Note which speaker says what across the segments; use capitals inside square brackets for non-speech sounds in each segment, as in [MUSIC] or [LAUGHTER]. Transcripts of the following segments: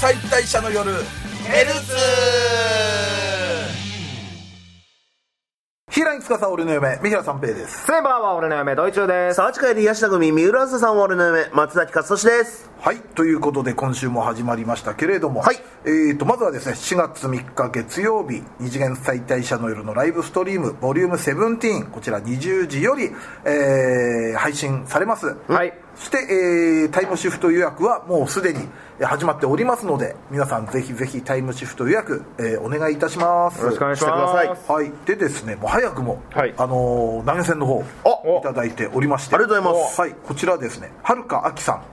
Speaker 1: 解体者の夜ヘルツ平井司俺の嫁三平三平です
Speaker 2: セイバーは俺の嫁ドイチューです
Speaker 3: 沢地会で癒した組三浦朝さんは俺の嫁松崎勝利です
Speaker 1: はいということで今週も始まりましたけれども、
Speaker 3: はい
Speaker 1: えー、とまずはですね4月3日月曜日二次元再退者の夜のライブストリームボリューム17こちら20時より、えー配信されます、
Speaker 2: はい
Speaker 1: そして、えータイムシフト予約はもうすでにえー始まっておりますので皆さんぜひぜひタイムシフト予約、えーお願いいたします
Speaker 2: よろしくお願いします
Speaker 3: してくだ
Speaker 2: す
Speaker 1: はい、でですねもう早くも、
Speaker 2: はい
Speaker 1: あのー投げ銭の方
Speaker 2: お
Speaker 1: いただいておりまして
Speaker 3: ありがとうございます
Speaker 1: はい、こちらですねはるかあきさん、
Speaker 2: はい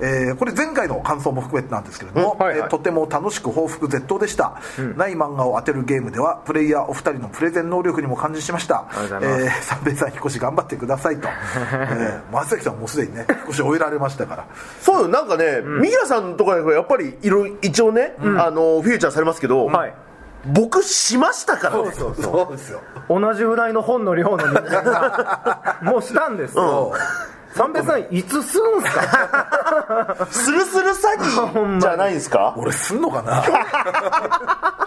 Speaker 1: えーこれ前回の感想も含めてなんですけれども、
Speaker 2: うんはいはい
Speaker 1: えーとても楽しく報復絶倒でした、ない漫画を当てるゲームではプレイヤーお二人のプレゼン能力にも感心しました
Speaker 2: りがとうござい
Speaker 1: えー三平さん引っ越し頑張ってくださいと、えー松崎さんもうすでにね引っ越し終えられましたから
Speaker 3: そうよなんかね、三浦さんとかやっぱりいろ一応ね、あのフィーチャーされますけど、
Speaker 2: はい
Speaker 3: 僕しましたからね
Speaker 1: そうそうですよ
Speaker 2: 同じぐらいの本の量の人 [LAUGHS] 間がもうしたんですよ、三平さんいつするんす [LAUGHS] か
Speaker 3: スルスル [LAUGHS] 詐欺じゃないですか
Speaker 1: 俺すんのかな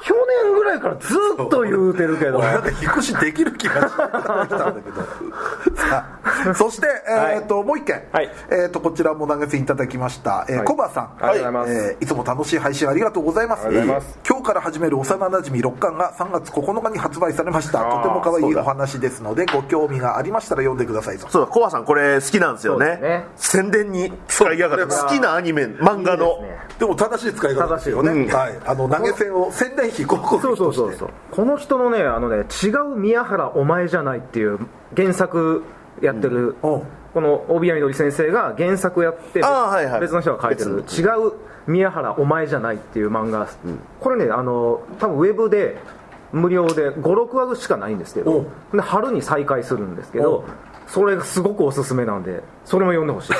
Speaker 2: 去年ぐらいからずっと言うてるけど
Speaker 1: [LAUGHS] 俺なんか引っ越しできる気がしてきたんだけどさあそして、えーともう一件、
Speaker 2: はい
Speaker 1: えー、とこちらも投げ銭いただきました、えー
Speaker 2: はい
Speaker 1: コバさん、
Speaker 2: ありがとうございます
Speaker 1: えーいつも楽しい配信ありがとうございます
Speaker 2: ありがとうございます
Speaker 1: 今日から始める幼馴染み6巻が3月9日に発売されました
Speaker 2: あー
Speaker 1: とても可愛
Speaker 3: そう
Speaker 1: い
Speaker 3: だ
Speaker 1: お話ですのでご興味がありましたら読んでくださいと
Speaker 3: そうだコアさんこれ好きなんですよ
Speaker 2: そ
Speaker 3: ね
Speaker 2: うですね
Speaker 3: 宣伝に使いやがって好きなアニメ
Speaker 2: い
Speaker 3: 漫画の
Speaker 2: いですね
Speaker 1: でも正しい使い方ですよね、
Speaker 3: 正しいうん
Speaker 1: はい、あの投げ銭を宣伝費広告
Speaker 2: そう
Speaker 1: 費
Speaker 2: そ
Speaker 1: と
Speaker 2: う
Speaker 1: して
Speaker 2: そうそうこの人のねあのね「違う宮原お前じゃない」っていう原作やってる、
Speaker 1: うんおう
Speaker 2: この帯谷みどり先生が原作やって
Speaker 3: あーはいはい
Speaker 2: 別の人が書いてる「違う宮原お前じゃない」っていう漫画、これねあの多分ウェブで無料で56話しかないんですけ
Speaker 1: おう
Speaker 2: どで春に再開するんですけどそれがすごくおすすめなんでそれも読んでほしい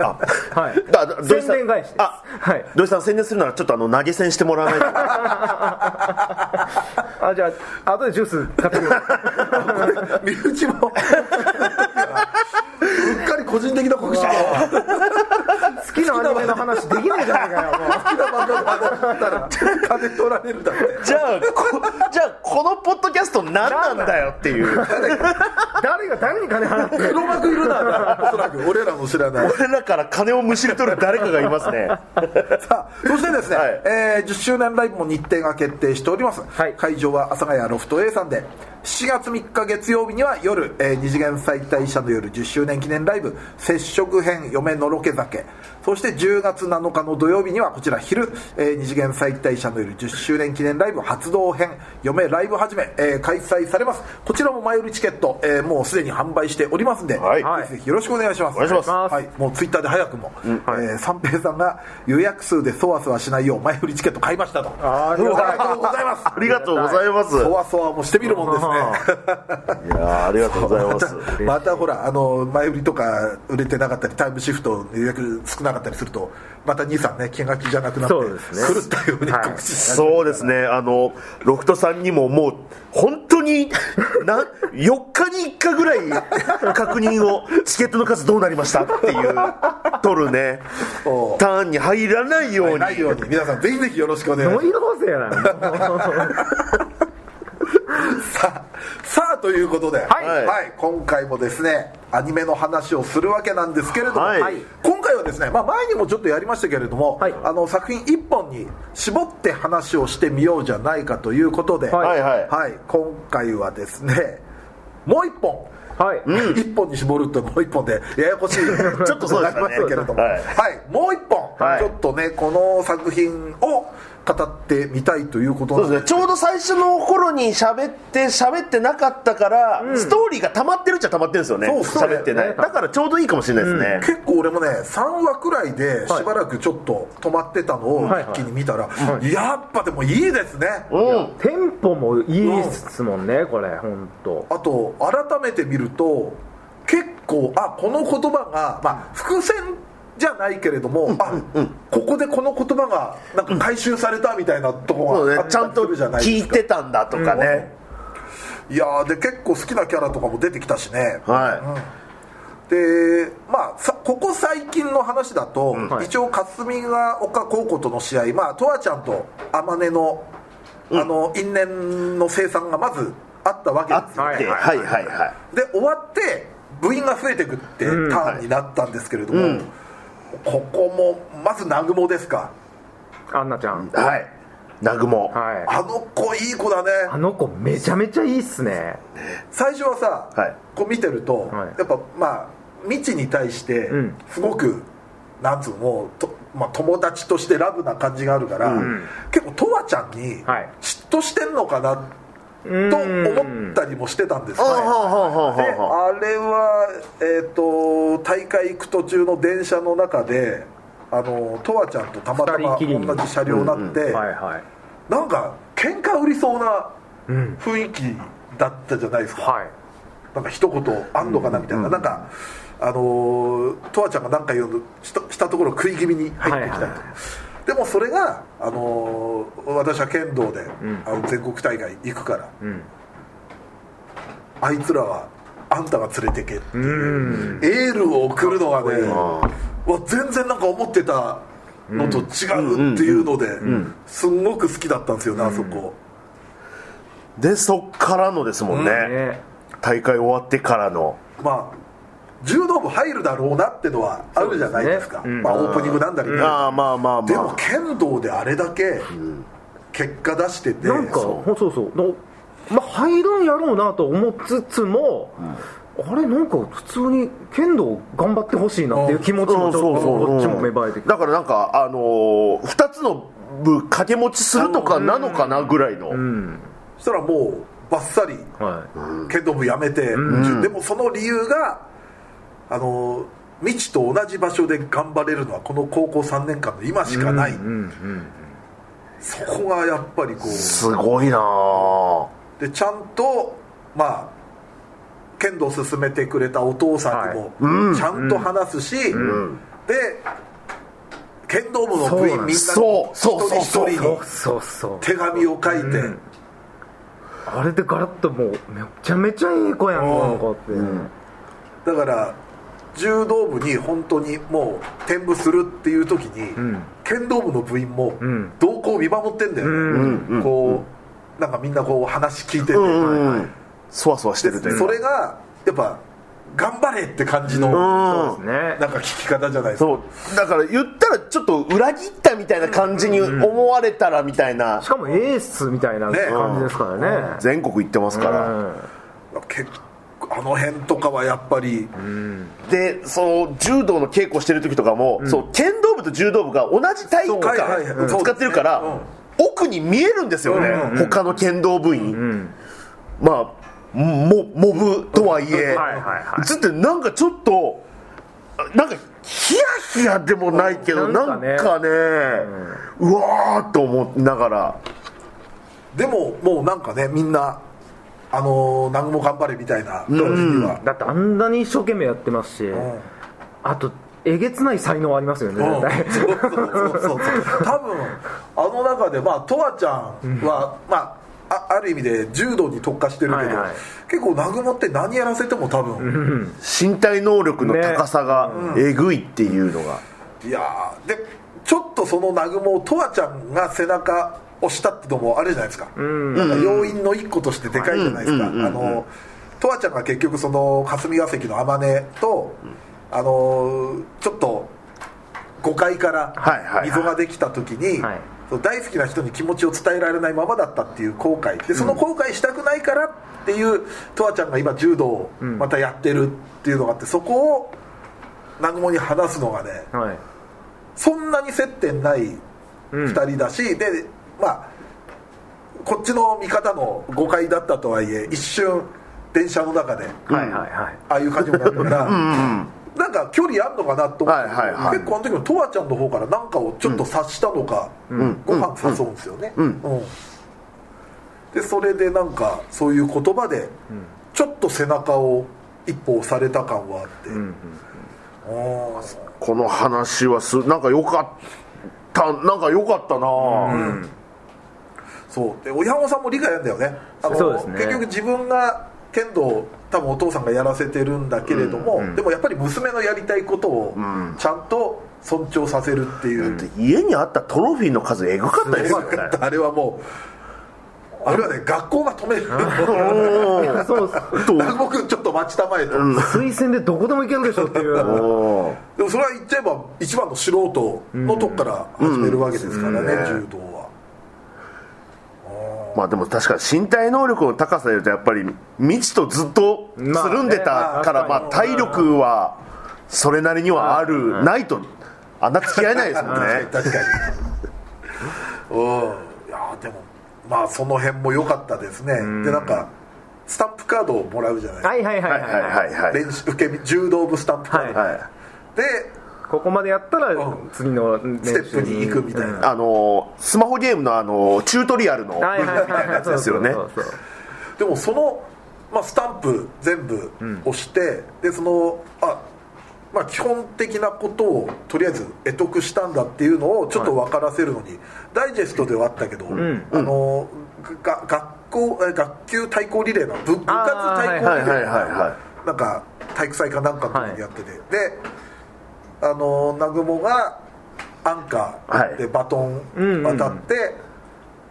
Speaker 3: あ
Speaker 2: はい
Speaker 3: だだ土井
Speaker 2: 宣
Speaker 3: さん
Speaker 2: 伝返しです
Speaker 3: あ
Speaker 2: はい
Speaker 3: 土井さん宣伝するならちょっとあの投げ銭してもらわないと
Speaker 2: あじゃあ後でジュース買ってくる
Speaker 1: 身内もうっかり個人的な告知も
Speaker 2: 好きなアニメの話できないじゃないかよもう
Speaker 1: 好きな漫画だったら金取られるだって
Speaker 3: [LAUGHS]
Speaker 2: [LAUGHS]
Speaker 3: じゃあこじゃあこのポッドキャスト何なんだよっていう
Speaker 2: 誰が誰に金払って
Speaker 1: 黒幕いるなだおそらく俺らも知らない
Speaker 3: [LAUGHS] 俺らから金をむしり取る誰かがいますね
Speaker 1: [LAUGHS] さあそしてですね、
Speaker 3: はい
Speaker 1: えー10周年ライブも日程が決定しております、
Speaker 2: はい
Speaker 1: 会場は阿佐ヶ谷ロフト A さんで7月3日月曜日には夜、えー二次元再退者の夜10周年記念ライブ接触編嫁のろけ酒そして10月7日の土曜日にはこちら昼、えー二次元再退者の夜10周年記念ライブ発動編嫁ライブ始め、えー開催されますこちらも前売りチケット、えーもうすでに販売しておりますんで、
Speaker 3: はい
Speaker 1: ぜひぜひよろしくお願いします
Speaker 3: お願いします
Speaker 1: はい、もうツイッターで早くも、
Speaker 2: はい
Speaker 1: えー三平さんが予約数でそわそわしないよう前売りチケット買いましたと
Speaker 2: あーありがたい
Speaker 1: りがとうございます
Speaker 3: ありがとうございます
Speaker 1: そわそわもしてみるもんですね
Speaker 2: [LAUGHS]
Speaker 3: いやーありがとうございます
Speaker 1: またまたほらあの前売りとか売れてなかったりタイムシフト予約少なかったりするとまた兄さんね見学じゃなくなって
Speaker 2: そうで
Speaker 1: 狂
Speaker 2: すね
Speaker 1: ったように
Speaker 2: はい
Speaker 1: 告知しな
Speaker 3: [LAUGHS] そうですねあのロフトさんにももう本当に [LAUGHS] な4日に1回ぐらい確認をチケットの数どうなりましたっていう取るね
Speaker 1: そう
Speaker 3: ターンに入らないように
Speaker 1: ないように皆さんぜひぜひよろしくお願いします
Speaker 2: ノイローゼやな [LAUGHS]
Speaker 1: さあさあということで、はい今回もですねアニメの話をするわけなんですけれども、
Speaker 3: はい
Speaker 1: 今回はですね、まあ、前にもちょっとやりましたけれども、
Speaker 2: はい
Speaker 1: あの作品1本に絞って話をしてみようじゃないかということで、
Speaker 2: はい
Speaker 3: はい
Speaker 1: 今回はですねもう1本
Speaker 2: はい、
Speaker 1: 1本に絞るともう1本でややこしい
Speaker 3: [LAUGHS] ちょっとそうですね
Speaker 1: なりましたけれども、は
Speaker 3: はいい
Speaker 1: もう1本、
Speaker 3: はい
Speaker 1: ちょっとねこの作品を語ってみたいということ
Speaker 3: そ
Speaker 1: なん
Speaker 3: うですねちょうど最初の頃に喋って喋ってなかったから、ストーリーが溜まってるっちゃ溜まってるんですよね
Speaker 1: そうそう
Speaker 3: 喋ってない、
Speaker 2: ね
Speaker 3: だからちょうどいいかもしれないですね、
Speaker 1: 結構俺もね3話くらいでしばらくちょっと止まってたのを
Speaker 2: はい
Speaker 1: 一気に見たら、やっぱでもいいですね、
Speaker 3: うん
Speaker 2: テンポもいいっすもんねこれ本当。
Speaker 1: あと改めて見ると結構あこの言葉が、まあ、伏線じゃないけれども、あここでこの言葉がなんか回収されたみたいなとこ
Speaker 3: そう
Speaker 1: があ
Speaker 3: ね
Speaker 1: っ
Speaker 3: ち
Speaker 1: た
Speaker 3: ゃ
Speaker 1: り
Speaker 3: ん
Speaker 1: す
Speaker 3: と
Speaker 1: るじゃない
Speaker 3: 聞
Speaker 1: で
Speaker 3: い
Speaker 1: すか、
Speaker 3: てたんだとかね、
Speaker 1: いやーで結構好きなキャラとかも出てきたしね、
Speaker 3: はい、
Speaker 1: でまあ、さここ最近の話だと、
Speaker 2: はい
Speaker 1: 一応霞ヶ丘高校との試合、まあ、とわちゃんと天音の,、あの因縁の生産がまずあったわけ
Speaker 3: あ
Speaker 1: で
Speaker 3: っ
Speaker 1: す
Speaker 3: て
Speaker 1: よ
Speaker 3: はいはいはい
Speaker 1: で終わって部員が増えていくってタ
Speaker 2: うん
Speaker 1: ーンになったんですけれども、
Speaker 3: うん
Speaker 1: ここもまず南雲ですか
Speaker 2: アンナちゃん
Speaker 3: はい南雲
Speaker 2: はい
Speaker 1: あの子いい子だね
Speaker 2: あの子めちゃめちゃいいっすね
Speaker 1: 最初はさ、
Speaker 3: はい
Speaker 1: こう見てると、
Speaker 2: はい
Speaker 1: やっぱまあ未知に対して
Speaker 2: うん
Speaker 1: すごく、なんつうのもうと、まあ、友達としてラブな感じがあるから、
Speaker 3: うん
Speaker 1: 結構とわちゃんに
Speaker 2: はい
Speaker 1: 嫉妬してんのかな
Speaker 2: と
Speaker 1: と思ったりもしてたんです
Speaker 3: あ
Speaker 1: よ、
Speaker 3: ははは
Speaker 1: であ
Speaker 3: は
Speaker 1: れは、えー、と大会行く途中の電車の中であのとわちゃんとたまた
Speaker 2: 二人
Speaker 1: ま
Speaker 2: きりに
Speaker 1: 同じ車両になって、
Speaker 2: はいはい
Speaker 1: なんか喧嘩売りそうな
Speaker 2: うん
Speaker 1: 雰囲気だったじゃないですか、
Speaker 2: はい
Speaker 1: なんか一言あんのかなみたいな、なんか、あのーとわちゃんが何か言うのしたしたところ食い気味に入ってきたりとか
Speaker 2: はいはいは
Speaker 1: でもそれが、あのー私は剣道で、
Speaker 2: ん
Speaker 1: あの全国大会行くから
Speaker 2: うん
Speaker 1: あいつらはあんたが連れてけって
Speaker 2: うん
Speaker 1: エールを送るのがね
Speaker 3: かっ
Speaker 1: わ全然なんか思ってたのと違うっていうので、すんごく好きだったんですよね、あそこ。
Speaker 3: でそっからのですもんね、
Speaker 2: ね
Speaker 3: 大会終わってからの
Speaker 1: まあ柔道部入るだろうなってのはあるじゃないですか
Speaker 2: そうですねうん
Speaker 1: まあ、オープニングなんだりね、
Speaker 3: ああまあまあまあ
Speaker 1: でも剣道であれだけ結果出してて、
Speaker 2: なんか
Speaker 1: そ
Speaker 2: ほそうそうのまあ入るんやろうなと思いつつも、あれなんか普通に剣道頑張ってほしいなっていう気持ち
Speaker 3: う
Speaker 2: も
Speaker 3: ん
Speaker 2: ち
Speaker 3: そ
Speaker 2: ょ
Speaker 3: う
Speaker 2: っと
Speaker 3: そう
Speaker 2: こっちも芽生えてきて
Speaker 3: だからなんかあのー、2つの部掛け持ちするとかなのかなぐらいの、
Speaker 2: うん
Speaker 1: うしたらもうバッサリ
Speaker 2: は
Speaker 1: 剣道部辞めて、
Speaker 3: ん
Speaker 1: でもその理由があの未知と同じ場所で頑張れるのはこの高校3年間の今しかない、
Speaker 2: いうんうん
Speaker 1: そこがやっぱりこう
Speaker 3: すごいなあ
Speaker 1: でちゃんとまあ剣道を進めてくれたお父さんに
Speaker 3: はいう
Speaker 1: も
Speaker 3: ん
Speaker 1: ちゃんと話すし、
Speaker 3: ん
Speaker 1: で剣道部の部員みんなに
Speaker 3: そ
Speaker 1: 一
Speaker 3: うそう
Speaker 1: 人一人に
Speaker 2: そうそうそう
Speaker 1: 手紙を書いて、
Speaker 2: うんあれでガラッともうめちゃめちゃいい子やんこの子って、
Speaker 1: だから柔道部に本当にもう転部するっていう時に、
Speaker 2: ん
Speaker 1: 剣道部の部員も
Speaker 2: ん
Speaker 1: 動向を見守ってんだよね、
Speaker 3: うん
Speaker 1: こうなんかみんなこう話聞いてて、
Speaker 3: うんうんそわそわしてるとい
Speaker 1: で
Speaker 3: う
Speaker 1: それがやっぱ頑張れって感じの、
Speaker 3: うん
Speaker 2: そうです
Speaker 1: な
Speaker 2: ね
Speaker 1: んか聞き方じゃないですか
Speaker 3: そうだから言ったらちょっと裏切ったみたいな感じに思われたらみたいな
Speaker 2: しかもエースみたいな
Speaker 1: ね
Speaker 2: 感じですからね
Speaker 3: 全国行ってますから、
Speaker 1: 結構あの辺とかはやっぱり、
Speaker 3: でその柔道の稽古してる時とかも、そう剣道部と柔道部が同じ体育
Speaker 1: そうはいはいはい
Speaker 3: 館を使ってるから、
Speaker 1: うん
Speaker 3: 奥に見えるんですよね、
Speaker 1: うん
Speaker 3: 他の剣道部員、まあもモブとはいえ、
Speaker 2: はいはいはい
Speaker 3: つってなんかちょっとなんかヒヤヒヤでもないけど、
Speaker 2: うん
Speaker 3: な
Speaker 2: なんん
Speaker 3: か
Speaker 2: か
Speaker 3: ね
Speaker 2: ね
Speaker 3: うわーっと思いながら
Speaker 1: でももうなんかねみんなあのー、何も頑張れみたいな感じには、
Speaker 2: だってあんなに一生懸命やってますし、 [LAUGHS]
Speaker 1: ん
Speaker 2: あとえげつない才能ありますよね
Speaker 1: うん
Speaker 2: 絶対、
Speaker 1: そうそうそうそう多分あの中でまあとわちゃんは、まああある意味で柔道に特化してるけど、
Speaker 2: はいはい
Speaker 1: 結構南雲って何やらせても多分、
Speaker 3: 身体能力の高さがえぐいっていうのが、
Speaker 1: いやーでちょっとその南雲をとわちゃんが背中押したってのもあれじゃないですか,、なんか要因の一個としてでかいじゃないですか、
Speaker 3: うんうんうんうん
Speaker 1: あのとわちゃんが結局その霞が関の天音と、あのーちょっと誤解から
Speaker 3: はいはいはい
Speaker 1: 溝ができた時に、
Speaker 2: はい
Speaker 1: そう大好きな人に気持ちを伝えられないままだったっていう後悔でその後悔したくないからっていうとわちゃんが今柔道をまたやってるっていうのがあってそこを南雲に話すのがね [LAUGHS]
Speaker 2: はい
Speaker 1: そんなに接点ない2人だし、でまあこっちの見方の誤解だったとはいえ一瞬電車の中で
Speaker 2: はいはいはい
Speaker 1: ああいう感じもなったから。なんか距離あんのかなと思って、
Speaker 3: はいはいはい
Speaker 1: 結構あの時もとわちゃんの方から何かをちょっと察したのか、ご飯誘うんですよね、
Speaker 3: うん
Speaker 1: うんでそれでなんかそういう言葉でちょっと背中を一歩押された感はあって、あー
Speaker 3: この話はすなんか良かったなんか良かったな、
Speaker 1: そうで親御さんも理解なんだよねあの
Speaker 2: そうですね
Speaker 1: 結局自分が剣道多分お父さんがやらせてるんだけれども、
Speaker 3: うんうん
Speaker 1: でもやっぱり娘のやりたいことを
Speaker 3: ん
Speaker 1: ちゃんと尊重させるっていう、
Speaker 3: 家にあったトロフィーの数エグかったですよ
Speaker 1: うまか [LAUGHS] ったあれはもうあれはね学校が止める
Speaker 3: ね
Speaker 2: そう
Speaker 1: 南国君ちょっと待ちたまえと、
Speaker 2: 推薦でどこでも行けるでし
Speaker 1: [LAUGHS]
Speaker 2: ょっていう
Speaker 3: おお
Speaker 1: でもそれは言っちゃえば一番の素人のとこから始めるわけですからね、
Speaker 3: うん
Speaker 1: 柔道は
Speaker 3: まあでも確かに身体能力の高さでいうとやっぱり未知とずっとつるんでたか
Speaker 2: まあ
Speaker 3: ら
Speaker 2: ね
Speaker 3: まあ体力はそれなりにはあるないとあんな付き合えないですもんね
Speaker 1: 確かにうんいやーでもまあその辺も良かったですね、でなんかスタンプカードをもらうじゃないですか
Speaker 2: はいはいはい
Speaker 3: は
Speaker 2: はいい
Speaker 3: はい
Speaker 2: はい、
Speaker 3: はいはい
Speaker 1: 練習受け身柔道部スタンプカード、
Speaker 2: は
Speaker 3: はい
Speaker 1: で
Speaker 2: ここまでやったら
Speaker 1: うん
Speaker 2: 次の
Speaker 1: ステップに行くみたいな
Speaker 3: あのースマホゲームのあのーチュートリアルの
Speaker 2: はいはいはいはい
Speaker 3: つですよね
Speaker 2: そうそうそうそう
Speaker 1: でもその、まあ、スタンプ全部押して、でそのあ、まあ、基本的なことをとりあえず得得したんだっていうのをちょっと分からせるのに、ダイジェストではあったけど、
Speaker 2: ん
Speaker 1: あのが学校え学級対抗リレーな部部活
Speaker 2: あー
Speaker 1: 対抗
Speaker 3: はい
Speaker 1: リ
Speaker 3: はい
Speaker 1: レ
Speaker 3: はい
Speaker 1: ー
Speaker 3: は
Speaker 1: なんか体育祭かなんかの時にやってて、であの南雲がアンカーでバトン渡って、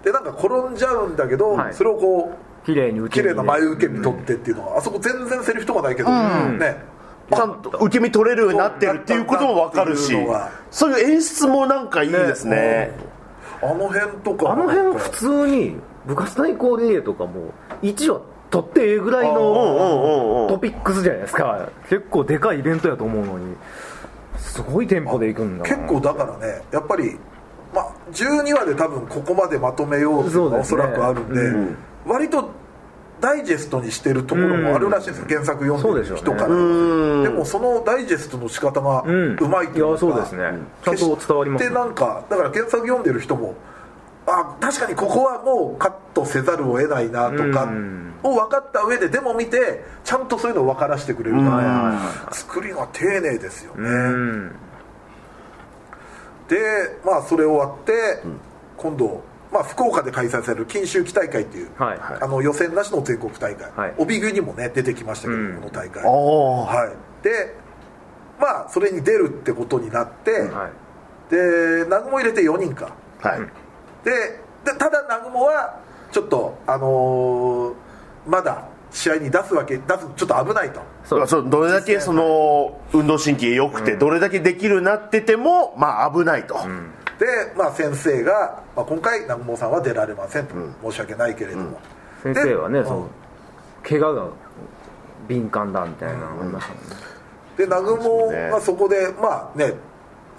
Speaker 1: でなんか転んじゃうんだけど、
Speaker 2: はい
Speaker 1: それをこう
Speaker 2: 綺麗に受け
Speaker 1: 綺麗
Speaker 2: 入れて
Speaker 1: な前受けに取ってっていうのは、あそこ全然セリフとかないけど、
Speaker 3: ん
Speaker 1: ね
Speaker 3: いちゃんと受け身取れるようになってるっていうことも分かるし
Speaker 1: そうなったんだっていうのが
Speaker 3: そういう演出もなんかいいですね
Speaker 1: あの辺とか
Speaker 2: あの辺普
Speaker 1: 通
Speaker 2: 通に部活対抗リレーとかも一応取ってええぐらい
Speaker 3: うんう
Speaker 2: の
Speaker 3: んうんう
Speaker 2: ト
Speaker 3: ん
Speaker 2: ピックスじゃないですか結構でかいイベントやと思うのにすごいテンポで行くんだな
Speaker 1: 結構だからねやっぱり、まあ、12話で多分ここまでまとめようっていうのがおそ
Speaker 2: そうですね
Speaker 1: らくあるんで
Speaker 3: うん
Speaker 1: 割とダイジェストにしてるところもあるらしいですよ、原作読んでる人から
Speaker 2: そうでしょ
Speaker 3: うーん
Speaker 1: でもそのダイジェストの仕方がう
Speaker 2: うん
Speaker 1: まいというか、
Speaker 2: やそうですねちゃんと伝わります
Speaker 1: でなんかだから原作読んでる人もあ確かにここはもうカットせざるを得ないなとか
Speaker 2: うん
Speaker 1: を分かった上ででも見てちゃんとそういうのを分からせてくれるから作りが丁寧ですよ
Speaker 2: う
Speaker 1: ね
Speaker 2: ん
Speaker 1: でまあそれ終わって今度、まあ、福岡で開催される錦秋季大会っていう、
Speaker 2: はい
Speaker 1: あの予選なしの全国大会、
Speaker 2: はい
Speaker 1: 帯具にもね出てきましたけど、
Speaker 2: うん
Speaker 1: この大会
Speaker 3: ああ
Speaker 1: はい、でまあそれに出るってことになって、
Speaker 2: はい
Speaker 1: で南雲入れて4人か
Speaker 3: はい
Speaker 1: ででただ南雲はちょっとあのーまだ試合に出すわけ出すちょっと危ないと
Speaker 2: そう
Speaker 3: まあそうどれだけその運動神経良くて、どれだけできるようになっててもまあ危ないと、
Speaker 1: で、まあ、先生が、まあ、今回南雲さんは出られませんと、申し訳ないけれども、
Speaker 2: 先生はね
Speaker 1: で
Speaker 2: その怪我が敏感だみたいなのがありましたもんね
Speaker 1: で南雲
Speaker 3: ね
Speaker 1: はそこでまあね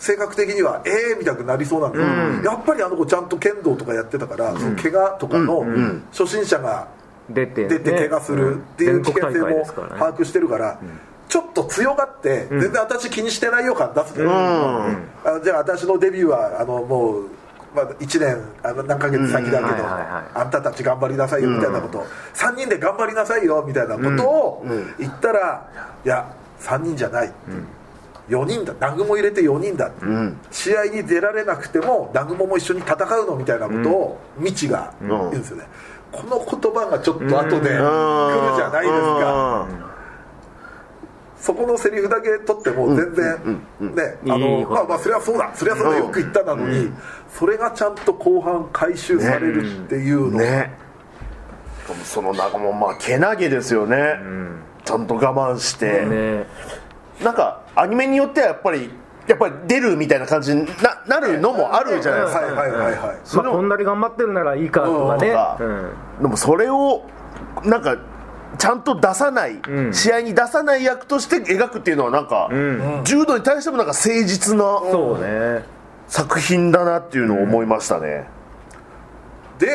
Speaker 1: 性格的にはええー、みたくなりそうなんだけど、やっぱりあの子ちゃんと剣道とかやってたから、その怪我とかの初心者が
Speaker 2: 出て
Speaker 1: 出て怪我するっていう危険性も把握してるからちょっと強がって全然私気にしてないよ感出すじゃないあじゃあ私のデビューはあのもう、まあ、1年あの何ヶ月先だけど、
Speaker 2: うんはいはいはい
Speaker 1: あんたたち頑張りなさいよみたいなこと、三3人で頑張りなさいよみたいなことを言ったら、いや3人じゃない、四4人だ南雲入れて4人だって、試合に出られなくても南雲も一緒に戦うのみたいなことを未知が言うんですよね、この言葉がちょっと後で来るじゃないですか、
Speaker 3: うん
Speaker 1: そこのセリフだけ取っても全然、ねあ
Speaker 2: い
Speaker 1: の
Speaker 2: いこと
Speaker 1: まあまあそれはそうだそれはそうだよく言ったなのに、それがちゃんと後半回収されるっていうの、
Speaker 3: ねでもその中もまあけなげですよね、ちゃんと我慢して、
Speaker 2: ね
Speaker 3: なんかアニメによってはやっぱりやっぱり出るみたいな感じにななるのもあるじゃないですか、
Speaker 1: はいはいはいはい、
Speaker 2: まあこんなに頑張ってるならいいかとかね
Speaker 3: とか
Speaker 2: うん
Speaker 3: でもそれをなんかちゃんと出さない、
Speaker 2: ん
Speaker 3: 試合に出さない役として描くっていうのはなんか、柔道に対してもなんか誠実な
Speaker 2: そうね
Speaker 3: 作品だなっていうのを思いましたね、
Speaker 1: で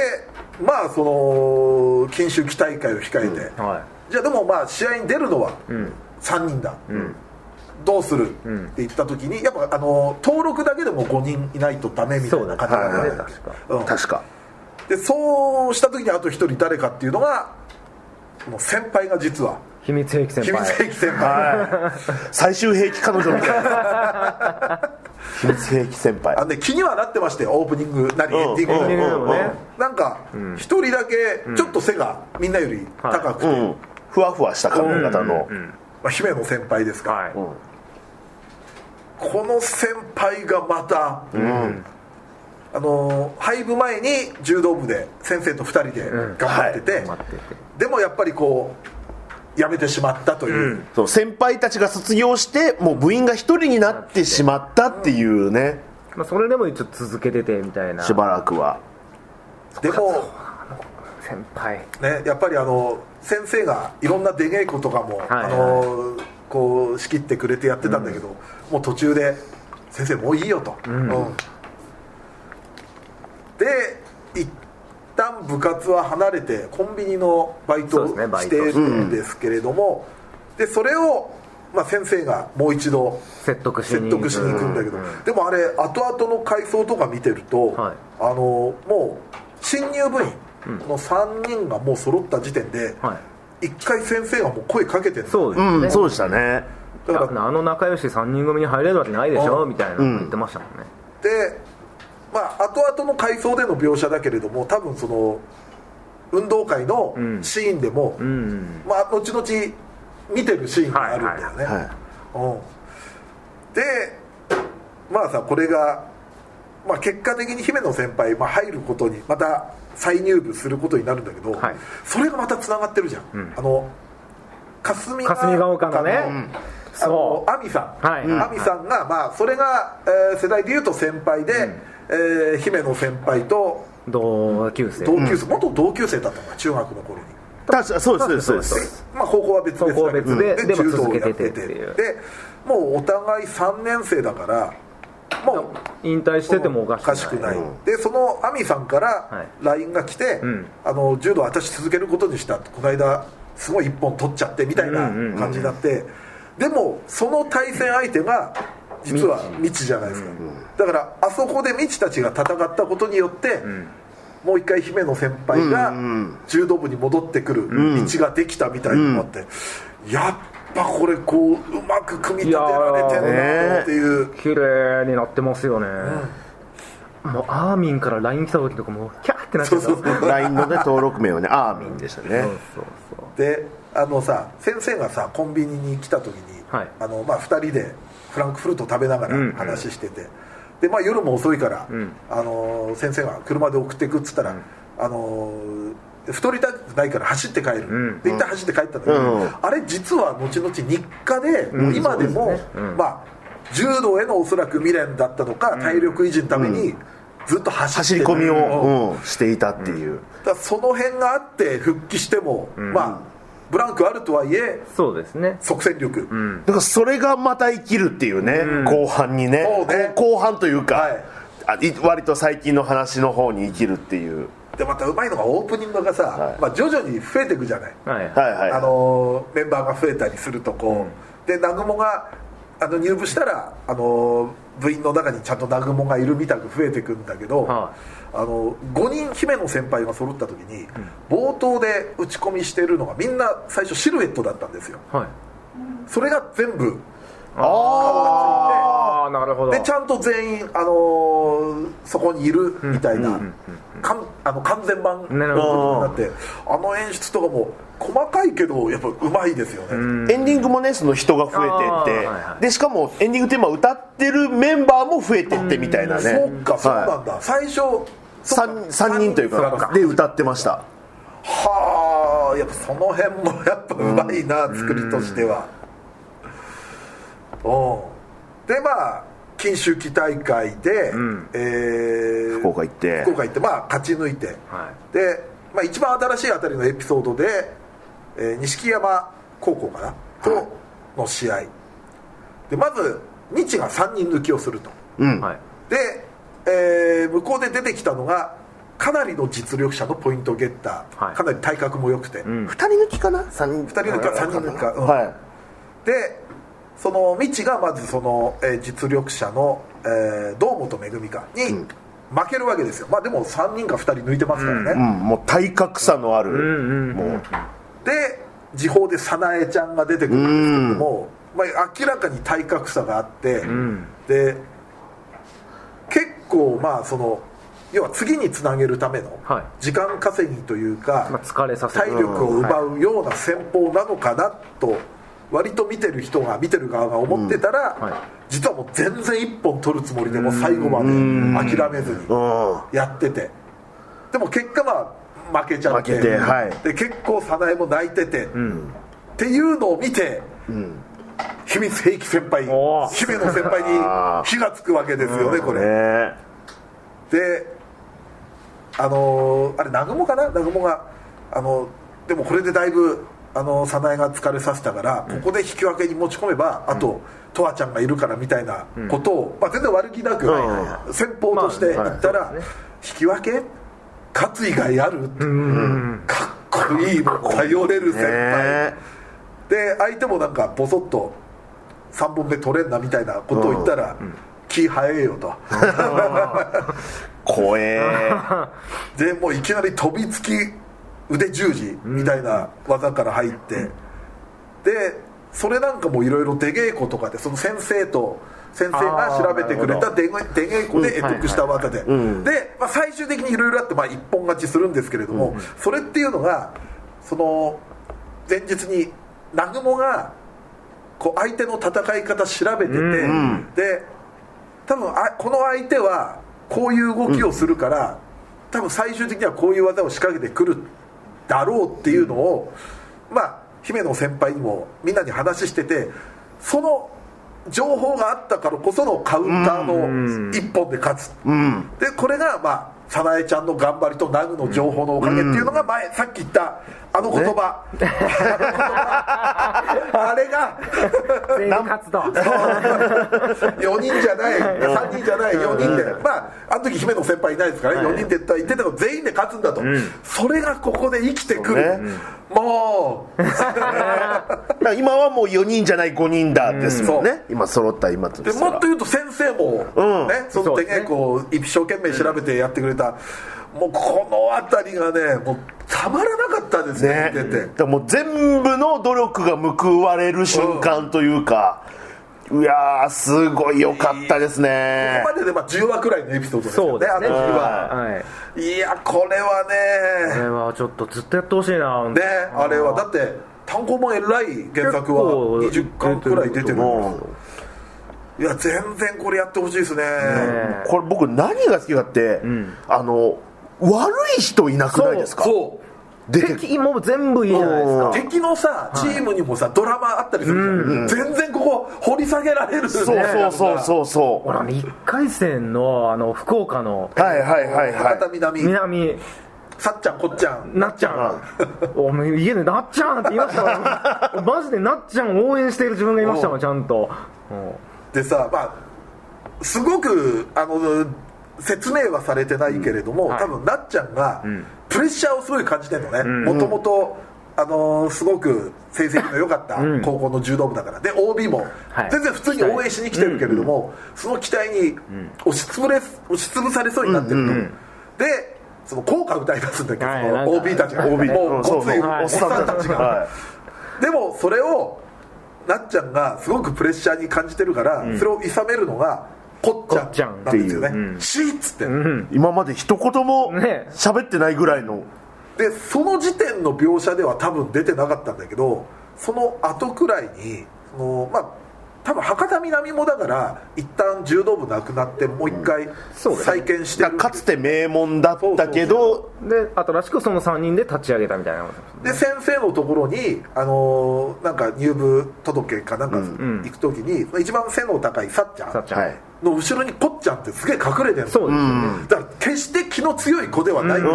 Speaker 1: まあその禁酒期大会を控えて、
Speaker 2: は
Speaker 1: じゃあでもまあ試合に出るのは3人だ、どうする、って言った時にやっぱあの登録だけでも5人いないとダメみたいな感じ
Speaker 3: そうだね
Speaker 1: になってる
Speaker 2: 確
Speaker 1: うん
Speaker 3: 確か
Speaker 1: でそうした時にあと1人誰かっていうのがもう先輩が実はい
Speaker 2: 秘密兵器
Speaker 1: 秘
Speaker 2: 先
Speaker 1: 密
Speaker 2: 輩
Speaker 1: 兵器先輩、
Speaker 3: 最終兵器彼女みたいな
Speaker 1: [LAUGHS]
Speaker 3: 秘密兵器先輩
Speaker 1: あのね気にはなってましたよオープニングなり
Speaker 3: うん
Speaker 1: エンディングなり
Speaker 2: うんうんうん
Speaker 1: なんか1人だけちょっと背がみんなより高くて、
Speaker 3: うんふわふわした髪型の、
Speaker 1: まあ、姫の先輩ですか、
Speaker 2: はい
Speaker 3: うん
Speaker 1: この先輩がまた、あのー廃部前に柔道部で先生と2人で頑張ってて、
Speaker 2: 待ってて
Speaker 1: でもやっぱりこう辞めてしまったという、
Speaker 3: そう先輩たちが卒業してもう部員が一人になってしまったっていうね
Speaker 2: まあそれでも一応続けててみたいな
Speaker 3: しばらくは
Speaker 1: でも
Speaker 2: 先輩
Speaker 1: ねやっぱりあの先生がいろんな出稽古とかも、
Speaker 2: はい
Speaker 1: あのーこう仕切ってくれてやってたんだけど、もう途中で「先生もういいよと」うんで一旦部活は離れてコンビニのバイトを
Speaker 2: そうですねバ
Speaker 1: し
Speaker 2: イト
Speaker 1: てるんですけれどもでそれを、まあ、先生がもう一度
Speaker 2: 説得し
Speaker 1: 説
Speaker 2: に
Speaker 1: 得しに行くんだけど、でもあれ後々の回想とか見てると、
Speaker 2: はい
Speaker 1: あのもう新入部員の3人がもう揃った時点で、
Speaker 2: はい
Speaker 1: 一回先生がもう声かけてる
Speaker 2: そうです
Speaker 3: う
Speaker 2: ね、
Speaker 3: んそうでしたね
Speaker 1: だから
Speaker 2: あの仲良し3人組に入れるわけないでしょ
Speaker 1: あ
Speaker 2: みたいな
Speaker 3: うん
Speaker 2: 言ってましたもんね、
Speaker 1: でまあ後々の回想での描写だけれども多分その運動会の
Speaker 2: ん
Speaker 1: シーンでも、
Speaker 2: うん
Speaker 1: まあ、後々見てるシーンがあるんだよね、
Speaker 3: はい
Speaker 1: うん、でまあさこれが、まあ、結果的に姫野先輩、まあ、入ることにまた再入部することになるんだけど、
Speaker 2: はい
Speaker 1: それがまたつながってるじゃん、あの霞
Speaker 2: 霞ヶ丘のね
Speaker 1: あの
Speaker 2: そ
Speaker 1: 亜美さん、
Speaker 2: はい
Speaker 1: 亜美さんが、まあ、それが、えー世代でいうと先輩で、えー姫野先輩と
Speaker 2: う同級生
Speaker 1: 同級生、元同級生だったのか中学の頃に
Speaker 3: 確かそうですそうです
Speaker 2: そ
Speaker 3: そう
Speaker 2: う
Speaker 3: で
Speaker 2: ですす
Speaker 1: まあ、高校は別々だけど
Speaker 2: 高校は別
Speaker 1: で
Speaker 2: ででも
Speaker 1: 柔道をやってて
Speaker 2: 続けててっていう
Speaker 1: でもうお互い3年生だからもう
Speaker 2: 引退しててもおかしくない
Speaker 1: うんでその亜美さんか
Speaker 2: は
Speaker 1: ら
Speaker 2: い
Speaker 1: LINE が来て、
Speaker 2: ん
Speaker 1: あの柔道私続けることにしたってこの間すごい一本取っちゃってみたいな感じになって、でもその対戦相手が実は未知じゃないですか、だからあそこで未知たちが戦ったことによって、もう一回姫野先輩が柔道部に戻ってくる道ができたみたいになって、やっぱこれこううまく組み立てられて
Speaker 2: い
Speaker 1: る
Speaker 3: やー
Speaker 1: なっていう。
Speaker 2: 綺麗になってますよね、もうアーミンから LINE 来た時とかもうキャーってなっちゃった
Speaker 1: そうそう
Speaker 3: LINE のね登録名はねアーミンでしたね
Speaker 2: そうそう
Speaker 1: であのさ先生がさコンビニに来た時に、
Speaker 2: はい
Speaker 1: あのまあ、2人でフランクフルト食べなが
Speaker 2: うんうん
Speaker 1: ら話してて、でまあ、夜も遅いから、
Speaker 2: ん
Speaker 1: あの先生が車で送ってくっつったら、あの太りたくないから走って帰る、
Speaker 2: うん
Speaker 1: で一旦走って帰ったんだけど、
Speaker 3: うん
Speaker 1: あれ実は後々日課で、今でも
Speaker 2: そうですねうん
Speaker 1: まあ、柔道へのおそらく未練だったのか、体力維持のためにずっと走
Speaker 3: 走
Speaker 1: っ
Speaker 3: り
Speaker 1: てた
Speaker 3: 込みを、うん、していたっていう、
Speaker 1: だからその辺があって復帰しても、まあブランクあるとはいえ
Speaker 2: そうですね
Speaker 1: 即戦力、
Speaker 3: だからそれがまた生きるっていうね、後半にね
Speaker 1: そうね
Speaker 3: こう後半というか、
Speaker 1: はい
Speaker 3: あい割と最近の話の方に生きるっていう
Speaker 1: でまたうまいのがオープニングがさ、
Speaker 3: はい
Speaker 1: まあ、徐々に増えていくじゃない、
Speaker 2: はい、
Speaker 3: はいはい
Speaker 1: あのーメンバーが増えたりするとこう、で南雲があの入部したら、あのー部員の中にちゃんと南雲がいるみたく増えていくんだけど、
Speaker 2: は
Speaker 1: あの5人姫の先輩が揃った時に、冒頭で打ち込みしてるのがみんな最初シルエットだったんですよ
Speaker 2: はい
Speaker 1: それが全部
Speaker 2: ああなるほど
Speaker 1: でちゃんと全員、あのーそこにいるみたいな、かんあの完全版
Speaker 2: なる
Speaker 1: に
Speaker 2: ほ
Speaker 3: ど
Speaker 1: なってあの演出とかも細かいけどやっぱうまいですよね、
Speaker 3: エンディングもねその人が増えてって、
Speaker 2: あーはいはい
Speaker 3: でしかもエンディングテーマ歌ってるメンバーも増えてってみたいなね、
Speaker 1: そうかそうな
Speaker 3: は
Speaker 1: んだ、最初
Speaker 3: い、3, 三人という
Speaker 1: そう
Speaker 3: かで歌ってました
Speaker 1: はあやっぱその辺も [LAUGHS] やっぱうまいな、作りとしてはうんでまあ錦秋季大会で、えー
Speaker 3: 福岡行って
Speaker 1: 福岡行ってまあ勝ち抜いて、
Speaker 2: は
Speaker 1: で、まあ、一番新しいあたりのエピソードで、えー錦山高校かなとの試合、でまず日が3人抜きをすると
Speaker 3: うん、
Speaker 2: い、はい、
Speaker 1: で、えー向こうで出てきたのがかなりの実力者のポイントゲッター、
Speaker 2: はい
Speaker 1: かなり体格も良くて、
Speaker 2: ん
Speaker 3: 2人抜きかな3人
Speaker 1: 二人抜きか三人抜きかうん
Speaker 3: は
Speaker 1: でその未知がまずその、えー実力者の、えー堂本恵かに
Speaker 3: うん
Speaker 1: 負けるわけですよ、まあでも3人か2人抜いてますからね、
Speaker 3: い、うん、もう体格差のある、
Speaker 2: んうんうん
Speaker 3: もう
Speaker 1: で時報で早苗ちゃんが出てくるんですけども、まあ、明らかに体格差があって、
Speaker 2: ん
Speaker 1: で結構まあその要は次につなげるための
Speaker 2: はい
Speaker 1: 時間稼ぎというか、
Speaker 2: まあ疲れさせる
Speaker 1: 体力を奪うような戦法なのかなと割と見てる人が見てる側が思ってたら、
Speaker 2: うんはい
Speaker 1: 実はもう全然一本取るつもりでも最後まで諦めずに
Speaker 3: うん
Speaker 1: やっててでも結果まあ負けちゃって
Speaker 3: 負けてはい
Speaker 1: で結構早苗も泣いてて、っていうのを見て、秘密兵器先輩
Speaker 2: おー
Speaker 1: 姫野先輩に火がつくわけですよねこれ。
Speaker 3: ね
Speaker 1: であのーあれ南雲かな南雲が、あのでもこれでだいぶ、あの早苗が疲れさせたから、ここで引き分けに持ち込めばあととわちゃんがいるからみたいなことを、まあ、全然悪気なく、
Speaker 3: はいはいは
Speaker 1: 先方として言ったら、
Speaker 2: まあはいそうです
Speaker 1: 引き分け勝つ以外あるかっこいいもう頼れる先輩、
Speaker 3: ね
Speaker 1: で相手もなんかボソッと3本目取れんなみたいなことを言ったら、気早えよと。
Speaker 3: 怖え
Speaker 1: でもういきなり飛びつき腕十字みたいな技から入って、でそれなんかもいろいろ出稽古とかでその先生と先生が調べてくれた
Speaker 2: あー
Speaker 1: 出稽出稽古で
Speaker 2: うん
Speaker 1: 得得した技で、で、まあ、最終的にいろいろあって、まあ、一本勝ちするんですけれども、それっていうのがその前日に南雲がこう相手の戦い方調べてて、
Speaker 3: ん
Speaker 1: で多分あこの相手はこういう動きをするから、多分最終的にはこういう技を仕掛けてくるだろうっていうのを、まあ姫野先輩にもみんなに話しててその情報があったからこそのカウンターの一本で勝つ、
Speaker 3: うん
Speaker 1: でこれがまあ早苗ちゃんの頑張りとナグの情報のおかげっていうのが前、さっき言ったあの言葉、あれが
Speaker 2: 全員活動
Speaker 1: [LAUGHS] 4人じゃない3人じゃない4人でまああの時姫野先輩いないですからね4人で言ってたの全員で勝つんだと、それがここで生きてく
Speaker 3: そ
Speaker 1: る、
Speaker 3: うね
Speaker 1: もう
Speaker 3: だから今はもう4人じゃない5人だですもん
Speaker 1: うん
Speaker 3: ね今揃った今と
Speaker 1: でもっと言うと先生も、
Speaker 3: うん
Speaker 1: ね、その手稽古を一生懸命調べてやってくれた、もうこの辺りがねもうたまらなかったですね
Speaker 3: ね
Speaker 1: 見てて
Speaker 3: だからもう全部の努力が報われる瞬間というか、いやーすごい良かったですね
Speaker 1: ここまででまあ10話くらいのエピソードですよ
Speaker 2: そ
Speaker 1: ね
Speaker 2: うですね
Speaker 1: あの時は、
Speaker 2: はい
Speaker 1: いやこれ
Speaker 2: こ
Speaker 1: は
Speaker 2: れはちょっとずっとやってほしいな
Speaker 1: ねねあれはだって単行本えらい原作は
Speaker 2: 結
Speaker 1: 20
Speaker 2: 構
Speaker 1: 巻くらい出てる
Speaker 3: もう
Speaker 1: いや全然これやってほしいですね
Speaker 2: え
Speaker 3: これ僕何が好きかって、あの悪い人いなくないですか
Speaker 1: そう
Speaker 3: 出てき
Speaker 2: 敵も全部いいじゃないですか
Speaker 1: 敵のさチームにもさ、ドラマあったりするじゃん、全然ここ掘り下げられるそう
Speaker 3: そうそうそうそうそ
Speaker 2: 俺あの1回戦のあの福岡の
Speaker 3: うはいはいはいは
Speaker 1: 博多南
Speaker 2: 南
Speaker 1: さっちゃんこっちゃん
Speaker 2: なっちゃんお前家でなっちゃんって言いましたからマジでなっちゃんを応援している自分がいましたもんちゃんとうん
Speaker 1: でさまあすごくあの説明はされてないけれども、
Speaker 2: はい
Speaker 1: 多分なっちゃんが
Speaker 2: ん
Speaker 1: プレッシャーをすごい感じてるのねもともとあのーすごく成績の良かった
Speaker 2: うん
Speaker 1: 高校の柔道部だから、で OB も
Speaker 2: はい
Speaker 1: 全然普通に応援しに来てるけれども、その期待に押しつぶれ押しつぶされそうになってると、でその効果歌い出すんだけど、
Speaker 2: はい
Speaker 1: そ
Speaker 2: なん
Speaker 1: の
Speaker 2: か
Speaker 1: OB たちが
Speaker 3: OB
Speaker 1: もう
Speaker 3: うんそ
Speaker 1: ご
Speaker 3: う
Speaker 1: つ
Speaker 3: そう
Speaker 1: い
Speaker 2: はい
Speaker 1: おっさんたちが、
Speaker 3: は
Speaker 1: でもそれをなっちゃんがすごくプレッシャーに感じてるから、それをいさめるのがこ
Speaker 2: こ
Speaker 1: っ
Speaker 2: っ
Speaker 1: ち
Speaker 2: ち
Speaker 1: ゃ
Speaker 2: ゃ
Speaker 1: ん
Speaker 2: ん
Speaker 1: なんですよね
Speaker 3: って
Speaker 1: シーッつって、
Speaker 3: い今まで一言も
Speaker 2: ね
Speaker 3: 喋ってないぐらいの
Speaker 1: でその時点の描写では多分出てなかったんだけどその後くらいにそのまあ多分博多南もだから一旦柔道部なくなってもう一回
Speaker 2: そうだね
Speaker 1: 再建して
Speaker 3: だ
Speaker 1: る、
Speaker 3: からかつて名門だったけど
Speaker 2: で新しくその3人で立ち上げたみたいな
Speaker 1: で先生のところに、あのーなんか入部届かなんか行く時に、一番背の高いさっちゃ
Speaker 2: さっ
Speaker 1: ん
Speaker 2: ちゃん、
Speaker 3: はい
Speaker 1: の後ろにこっちゃんってすげえ隠れてるの
Speaker 2: そうですよね、
Speaker 1: だから決して気の強い子ではないんです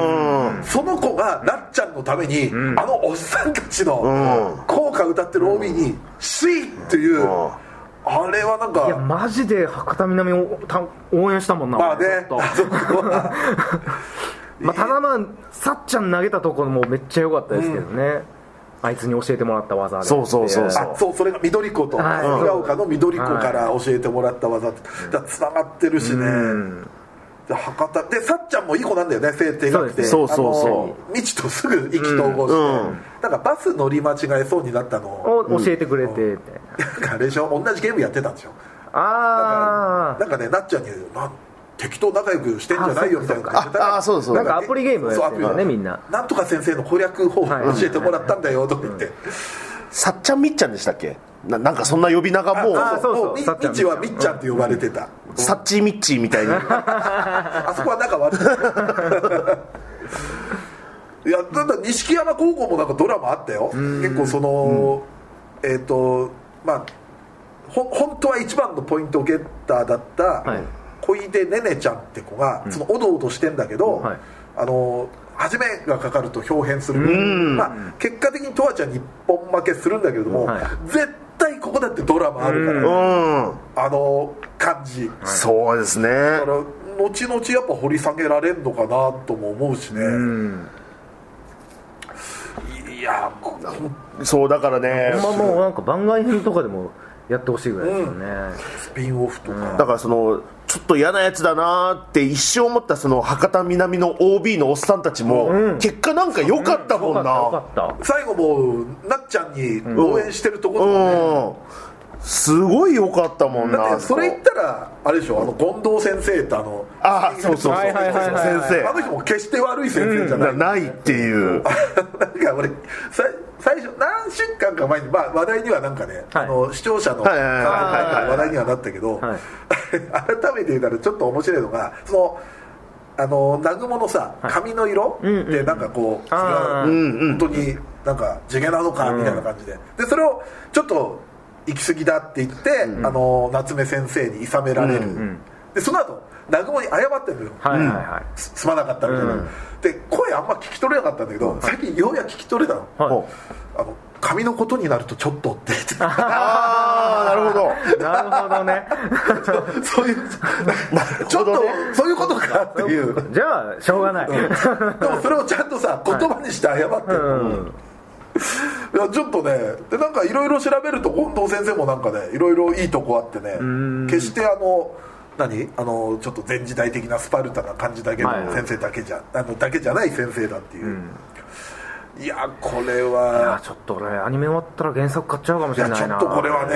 Speaker 1: よそ
Speaker 3: う
Speaker 1: の子がなっちゃんのために、あのおっさんたちの
Speaker 3: う
Speaker 1: 効果歌ってる OB に「シー」っていう、
Speaker 3: ん
Speaker 1: あれはなんか
Speaker 2: いやマジで博多南をた応援したもんな
Speaker 1: まあ
Speaker 2: 俺
Speaker 1: ね
Speaker 2: ずっと
Speaker 1: あそこは
Speaker 3: [LAUGHS]
Speaker 2: まあ、ただまあさっちゃん投げたところもめっちゃ良かったですけどね、あいつに教えてもらった技で
Speaker 3: そうそうそうそう
Speaker 1: あそうそれが緑子と
Speaker 2: はい
Speaker 1: 長岡の緑子から教えてもらった技ってだつながってるしね、で博多でさっちゃんもいい子なんだよね性定学で
Speaker 3: そうですそうそうそう
Speaker 1: あの未知とすぐ意気投合して、
Speaker 3: うんうん
Speaker 1: なんかバス乗り間違えそうになったのを
Speaker 2: を教えてくれて、みたいな
Speaker 1: なんかあれでしょ同じゲームやってたんでしょ
Speaker 2: あ
Speaker 1: なんかねなっちゃんに「な適当仲良くしてんじゃないよみたいなこと言ってたら
Speaker 3: ああそうそう
Speaker 2: なんかアプリゲームをやってるよね
Speaker 1: そうアプリ
Speaker 2: みんな
Speaker 1: なんとか先生の攻略法を教えてもらったんだよとか言って、
Speaker 3: さっちゃんみっちゃんでしたっけななんかそんな呼び名がも
Speaker 1: あ
Speaker 2: あ
Speaker 3: う
Speaker 2: そうそう
Speaker 1: もみ
Speaker 2: さっちゃん
Speaker 1: みちはみっちゃんって呼ばれてた、
Speaker 3: さっちーみっちーみたいな
Speaker 1: あそこは仲
Speaker 2: [LAUGHS]
Speaker 1: 悪いいやただ錦山高校もなんかドラマあったよ結構その、えっ、とまあほ本当は一番のポイントゲッターだった、
Speaker 2: はい
Speaker 1: 小出ねねちゃんって子がそのおどおどしてんだけど、
Speaker 2: はい
Speaker 1: あの初めがかかると表変する、まあ、結果的にとわちゃんに一本負けするんだけれども、
Speaker 2: はい
Speaker 1: 絶対ここだってドラマあるから、
Speaker 3: うん
Speaker 1: あの感じ、
Speaker 3: そうですね
Speaker 1: だから後々やっぱ掘り下げられるのかなとも思うしね、
Speaker 2: うん
Speaker 1: いやこ
Speaker 3: そうだからね
Speaker 2: ほんまもうなんか番外編とかでもやってほしいぐらいですよね、
Speaker 1: スピンオフとか、
Speaker 3: だからそのちょっと嫌なやつだなーって一生思ったその博多南の OB のおっさんたちも、結果なんか良かったもんな、
Speaker 2: よかったよかっ
Speaker 1: 最後もなっちゃんに応援してるところもね、
Speaker 3: うんすごい良かったもんな
Speaker 1: だってそれ言
Speaker 3: あ
Speaker 1: ったらあれでしょあの権藤先生ってあの
Speaker 3: あそうそうそう、
Speaker 2: はいはいはいはい
Speaker 3: 先生
Speaker 1: あの人も決して悪い先生じゃない、
Speaker 3: なないっていう
Speaker 1: なんか俺さ最初何週間か前に、まあ、話題にはなんかね、あの視聴者の
Speaker 3: はいはいはいはい
Speaker 1: 話題にはなったけど、
Speaker 2: はい
Speaker 1: [LAUGHS] 改めて言うたらちょっと面白いのがそのあの南雲のさ髪の色ってなんかこう、それは
Speaker 2: あー
Speaker 1: 本当になんか地毛なのかみたいな感じで,、でそれをちょっと行き過ぎだって言って、あの夏目先生に諌められる、でその後南雲に謝ってるのよ、
Speaker 2: たはいはいは
Speaker 1: すすまなかったみたいな、で声あんま聞き取れなかったんだけど、最近ようやく聞き取れたの,、
Speaker 2: はい
Speaker 1: あの髪のことになるとちょっとって言っ
Speaker 3: ああなるほど
Speaker 2: いなるほどね
Speaker 1: てそう [LAUGHS] いうちょっと、そういうことかっていうで
Speaker 2: [LAUGHS] じゃあしょうがない、
Speaker 1: もそれをちゃんとさ言葉にして謝ってる、
Speaker 2: うん
Speaker 1: いやちょっとねでなんかいろいろ調べると近藤先生もなんかねいろいろいいとこあってね決してあの何あのちょっと前時代的なスパルタな感じだけの
Speaker 2: はいはい
Speaker 1: 先生だけじゃ、あのだけじゃない先生だっていう、いやこれ
Speaker 2: いや
Speaker 1: は
Speaker 2: ちょっと俺アニメ終わったら原作買っちゃうかもし
Speaker 1: いや
Speaker 2: れない
Speaker 1: ち
Speaker 2: な
Speaker 1: ょっとこれは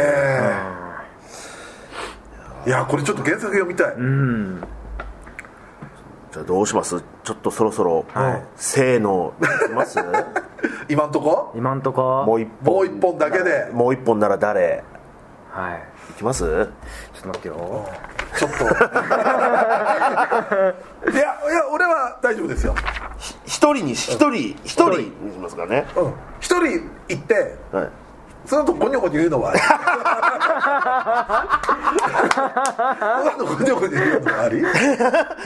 Speaker 1: ね、いやこれちょっと原作読みたい、
Speaker 2: うん
Speaker 3: じゃあどうしますちょっとそろそろ、
Speaker 2: はい
Speaker 3: せーのいきます
Speaker 1: 今んとこ
Speaker 2: 今んとこ
Speaker 3: もう一本
Speaker 1: もう一本だけで
Speaker 3: もう一本なら誰
Speaker 2: はい
Speaker 3: いきます
Speaker 2: ちょっと待ってよ
Speaker 1: ちょっといやいや俺は大丈夫ですよ
Speaker 3: 一人に一人一人にしますかね、
Speaker 1: うん一人行って
Speaker 3: はい
Speaker 1: その後ゴニョゴニョ言うのはその後ゴニョゴニョ言うのはありいや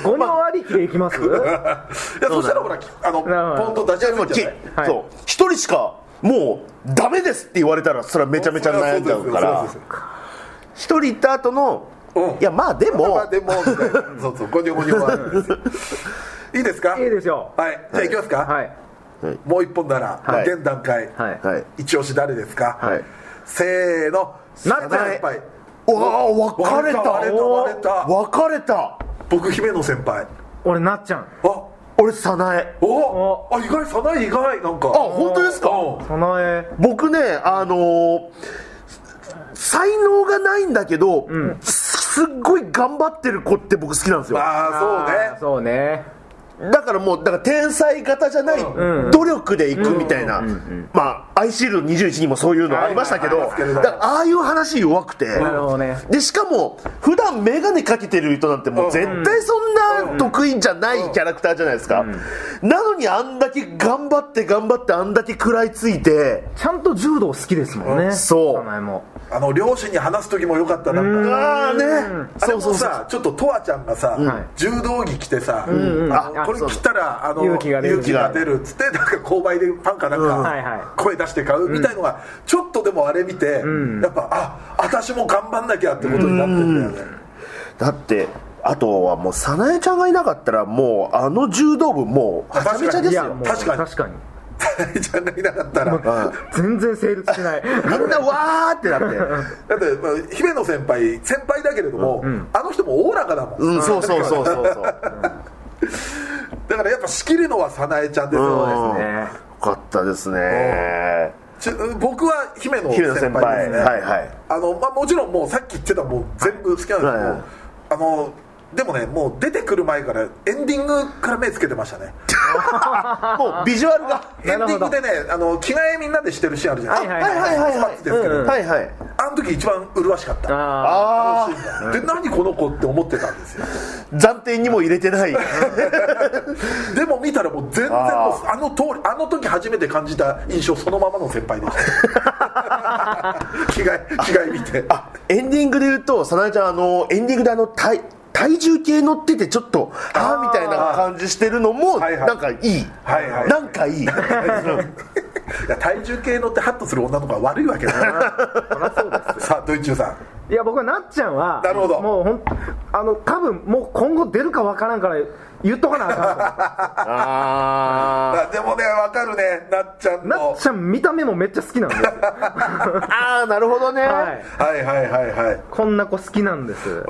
Speaker 2: 5のありきでいきます
Speaker 1: そしたらほらあの
Speaker 2: なるほ
Speaker 1: ポンと出し
Speaker 3: じゃあ
Speaker 1: や
Speaker 3: もう
Speaker 1: すいんじ
Speaker 3: き
Speaker 1: ゃない
Speaker 2: はい
Speaker 3: そう一人しかもうダメですって言われたらそれはめちゃめちゃ悩んじゃうから
Speaker 1: そうですよ
Speaker 3: 一人行った後の、
Speaker 1: うん
Speaker 3: いやまあでも、
Speaker 1: まあでもみたいなそうそうゴニョゴニョはあるんですよいいですか
Speaker 2: いいで
Speaker 1: [LAUGHS]
Speaker 2: すよ
Speaker 1: はいじゃあ行きますか
Speaker 2: はい
Speaker 1: もう一本なら、
Speaker 3: はい
Speaker 1: 現段階、
Speaker 2: はい
Speaker 3: はい
Speaker 1: 一押し誰ですか、
Speaker 3: はい
Speaker 1: せーの
Speaker 2: なっちゃん
Speaker 1: 先輩
Speaker 3: うわあ別れた
Speaker 1: 割れた割れた
Speaker 3: 別れた
Speaker 1: 僕姫野先輩
Speaker 2: 俺なっちゃん
Speaker 1: あ
Speaker 3: 俺早苗
Speaker 1: おあ意外さない意外なんかあ
Speaker 3: あ本当ですか
Speaker 2: その絵
Speaker 3: 僕ねあのー才能がないんだけど、すっごい頑張ってる子って僕好きなんですよ
Speaker 1: ああそうね
Speaker 2: そうね
Speaker 3: だからもうだから天才型じゃない、
Speaker 2: ん
Speaker 3: 努力でいくみたいな、まあアイシールド21にもそういうのありましたけど、
Speaker 1: はいはいはい
Speaker 3: だからああいう話弱くて、
Speaker 2: なるほどね
Speaker 3: でしかも普段眼鏡かけてる人なんてもう絶対そんな得意じゃないキャラクターじゃないですか、なのにあんだけ頑張って頑張ってあんだけ食らいついて
Speaker 2: ちゃんと柔道好きですもんね
Speaker 3: そう
Speaker 2: その絵も
Speaker 1: あの両親に話す時もよかったなんか
Speaker 3: ああね
Speaker 1: あれ
Speaker 3: そ
Speaker 1: も
Speaker 3: うそうそう
Speaker 1: さちょっととわちゃんがさ、
Speaker 2: ん
Speaker 1: 柔道着着てさ、あの
Speaker 3: あ
Speaker 1: これ
Speaker 3: そう
Speaker 1: 着たらあの
Speaker 2: 勇気が出る
Speaker 1: 勇気が出るっつって [LAUGHS] なんか購買でパンかなん
Speaker 2: うんはいは
Speaker 1: か声出して買うみたいのがちょっとでもあれ見て、やっぱあ私も頑張んなきゃってことになってんだよね、
Speaker 3: だってあとはもう早苗ちゃんがいなかったらもうあの柔道部もうはちゃめちゃで
Speaker 2: い
Speaker 3: す
Speaker 2: や
Speaker 3: よ
Speaker 2: もう
Speaker 1: 確かに
Speaker 2: 確かに
Speaker 1: タイちゃんがいなかったらだ
Speaker 2: 全然成立しない
Speaker 3: みんなわーってな
Speaker 2: [LAUGHS]
Speaker 3: って
Speaker 1: って、まあ、姫野先輩先輩だけれども、あの人もおおらかだもん、
Speaker 3: うん、そうそうそうそうそう。よ
Speaker 1: だからやっぱ仕切るのは早苗ちゃんですよ、
Speaker 2: そうですね
Speaker 3: かったですね。
Speaker 1: ちょ僕は姫野先
Speaker 3: 姫野先輩
Speaker 1: 輩ですね
Speaker 3: はいはい
Speaker 1: あの、まあ、もちろんもうさっき言ってたもう全部好きなんですけど、
Speaker 3: はいはい
Speaker 1: あのでもねもう出てくる前からエンディングから目つけてましたね
Speaker 3: もうビジュアルが
Speaker 1: エ
Speaker 2: な
Speaker 1: ンデ
Speaker 2: る
Speaker 1: ィン
Speaker 2: ほど
Speaker 1: グでねあの着替えみんなでしてるシーンあるじゃないですか、
Speaker 2: はい
Speaker 3: はいはいはい
Speaker 1: スパッツですけど、
Speaker 2: うんうん
Speaker 3: はいはい
Speaker 1: あの時一番麗しかった
Speaker 2: あ
Speaker 3: ああ
Speaker 1: で何この子って思ってたんですよ
Speaker 3: 暫定にも入れてない
Speaker 1: でも見たらもう全然もう
Speaker 3: あ
Speaker 1: あの通りあの時初めて感じた印象そのままの先輩で
Speaker 2: [LAUGHS]
Speaker 1: した着替え着替え見て
Speaker 3: あエンディングで言うと早苗ちゃんあのエンディングであの体体重計乗っててちょっとああみたいな感じしてるのも
Speaker 1: はいはい
Speaker 3: なんかいい
Speaker 1: はいはい
Speaker 3: なんかいい
Speaker 1: いや体重計乗ってハッとする女の子は悪いわけだな
Speaker 2: [LAUGHS] あそりゃそうです
Speaker 1: さあドイッチューさん
Speaker 2: いや僕はなっちゃんは
Speaker 1: なるほど
Speaker 2: もうほんあの多分もう今後出るかわからんから言っとかなあ
Speaker 1: [LAUGHS]
Speaker 2: かんと
Speaker 3: [LAUGHS]
Speaker 1: あ
Speaker 3: あ
Speaker 1: でもねわかるねなっちゃん
Speaker 2: な
Speaker 1: の
Speaker 2: っちゃん見た目もめっちゃ好きなんですよ、
Speaker 3: ーあーなるほどね、
Speaker 2: はい、
Speaker 1: はいはいはいはい
Speaker 2: こんな子好きなんです
Speaker 1: う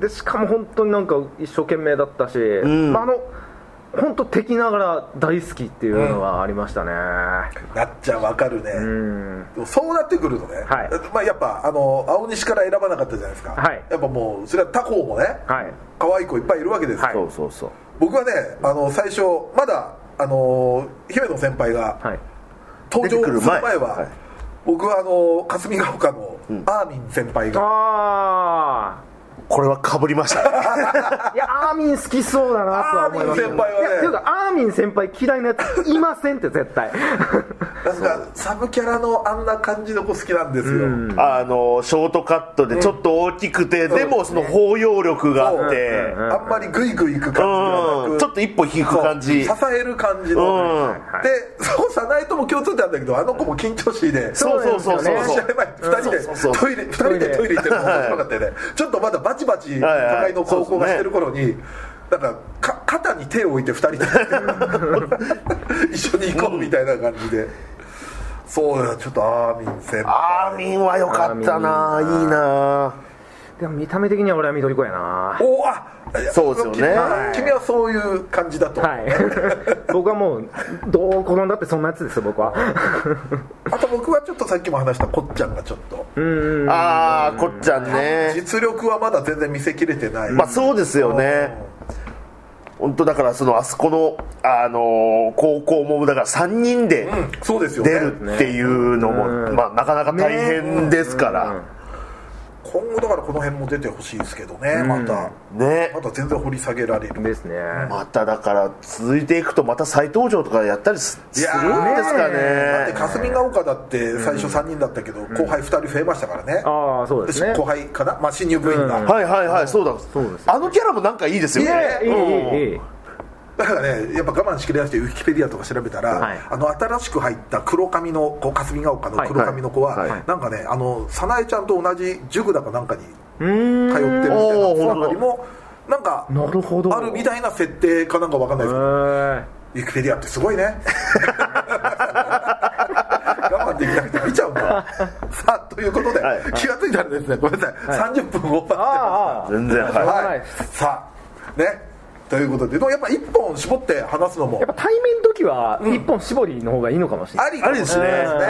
Speaker 2: でしかも本当になんか一生懸命だったし、
Speaker 3: ん
Speaker 2: まあ、あの本当敵ながら大好きっていうのはありましたね、
Speaker 1: んなっちゃんわかるね
Speaker 2: うん
Speaker 1: でもそうなってくるとね、
Speaker 2: はい
Speaker 1: まあ、やっぱあの青西から選ばなかったじゃないですか、
Speaker 2: はい
Speaker 1: やっぱもうそれは他校もね、
Speaker 2: はい
Speaker 1: 可愛い子いっぱいいるわけですよ、
Speaker 2: はい
Speaker 3: そうそうそう
Speaker 1: 僕はねあの最初まだあの姫野先輩が
Speaker 2: はい
Speaker 1: 登場す
Speaker 3: 出てく
Speaker 1: る
Speaker 3: る
Speaker 1: 前
Speaker 3: 前
Speaker 1: は
Speaker 3: はい
Speaker 1: 僕はあの霞ヶ丘のアーミン先輩が、
Speaker 2: あ
Speaker 3: これはかぶりました
Speaker 2: あいやアーミン好きそうだなとは思います
Speaker 1: アーミン先輩はね
Speaker 2: いやっていうかアーミン先輩嫌いなやついませんって絶対
Speaker 1: なんかサブキャラのあんな感じの子好きなんですよ、
Speaker 3: あのショートカットでちょっと大きくて、でもその包容力があって、
Speaker 2: そううん
Speaker 1: あんまりグイグイ行く感じではな
Speaker 3: う
Speaker 1: く
Speaker 3: んちょっと一歩引く感じ
Speaker 1: そう支える感じの、
Speaker 3: うん
Speaker 2: はい
Speaker 1: でそこさないとも共通点あるんだけどあの子も緊張しいで
Speaker 3: そうそうそうそう
Speaker 1: 試合前2人で
Speaker 3: そうそう
Speaker 1: ト
Speaker 3: そう
Speaker 1: イレ2人でトイレ行ってるの面白かったよねちょっとまだバチバチ
Speaker 3: はいはい
Speaker 1: 互いの高校がしてる頃になんかか肩に手を置いて2人で一緒に行こうみたいな感じでそうだちょっとアーミン先輩
Speaker 3: アーミンは良かったな
Speaker 2: ア
Speaker 3: い
Speaker 2: ー
Speaker 3: い
Speaker 2: ミン
Speaker 3: な
Speaker 2: でも見た目的には俺は緑子やな
Speaker 1: おあ
Speaker 3: そうですよ
Speaker 1: 君
Speaker 3: ね
Speaker 1: は
Speaker 3: はい
Speaker 1: 君はそういう感じだと、
Speaker 2: はい、 [LAUGHS] 僕はもうどう転んだってそんなやつですよ
Speaker 1: [LAUGHS]
Speaker 2: 僕は
Speaker 1: あと僕はちょっとさっきも話したこっちゃんがちょっと
Speaker 2: うん
Speaker 3: ああーこっちゃんね
Speaker 1: 実力はまだ全然見せきれてない、
Speaker 3: まあそうですよね本当だからそのあそこの、あのー高校もだから3人で
Speaker 1: うんそうですよね
Speaker 3: 出るっていうのも、
Speaker 2: うん
Speaker 3: まあ、なかなか大変ですから
Speaker 1: 今後だからこの辺も出てほしいですけどね、また
Speaker 3: ね
Speaker 1: また全然掘り下げられる
Speaker 2: ですね
Speaker 3: まただから続いていくとまた再登場とかやったりす
Speaker 1: い
Speaker 3: する
Speaker 1: やー
Speaker 3: んですか
Speaker 1: だって
Speaker 3: ね
Speaker 1: 霞ヶ丘だって最初3人だったけど、後輩2人増えましたからね、
Speaker 2: ああそうですね
Speaker 1: 後輩かな、まあ、新入部員が、
Speaker 3: はいはいはいそうだ
Speaker 2: そうです
Speaker 3: あのキャラもなんかいいですよ
Speaker 1: いやいや
Speaker 2: いい
Speaker 3: ねうん
Speaker 2: いいいい
Speaker 1: だからねやっぱ我慢しきれなくてウィキペディアとか調べたら、
Speaker 2: はい
Speaker 1: あの新しく入った黒髪の子霞ヶ丘の黒髪の子は、
Speaker 3: はいはい
Speaker 1: なんかねあの早苗ちゃんと同じ塾だかなんかに
Speaker 2: うーん
Speaker 1: 通ってるみたいな
Speaker 3: おー
Speaker 1: つながりもなんか
Speaker 2: なるほど
Speaker 1: あるみたいな設定かなんかわかんないですけど
Speaker 2: え
Speaker 1: ウィキペディアってすごい
Speaker 2: [LAUGHS]
Speaker 1: ね我慢できなくて見ちゃうんださあということで、
Speaker 3: はい
Speaker 1: 気がついたらですねごめんなさい、30分オーバーしてます
Speaker 2: ー、ああ
Speaker 3: 全然はい
Speaker 1: は
Speaker 2: はいい、
Speaker 1: さあねということででもやっぱ一本絞って話すのも
Speaker 2: やっぱ対面の時は一本絞りの方がいいのかもしれない、
Speaker 1: ありかもしれないですね
Speaker 3: ありですね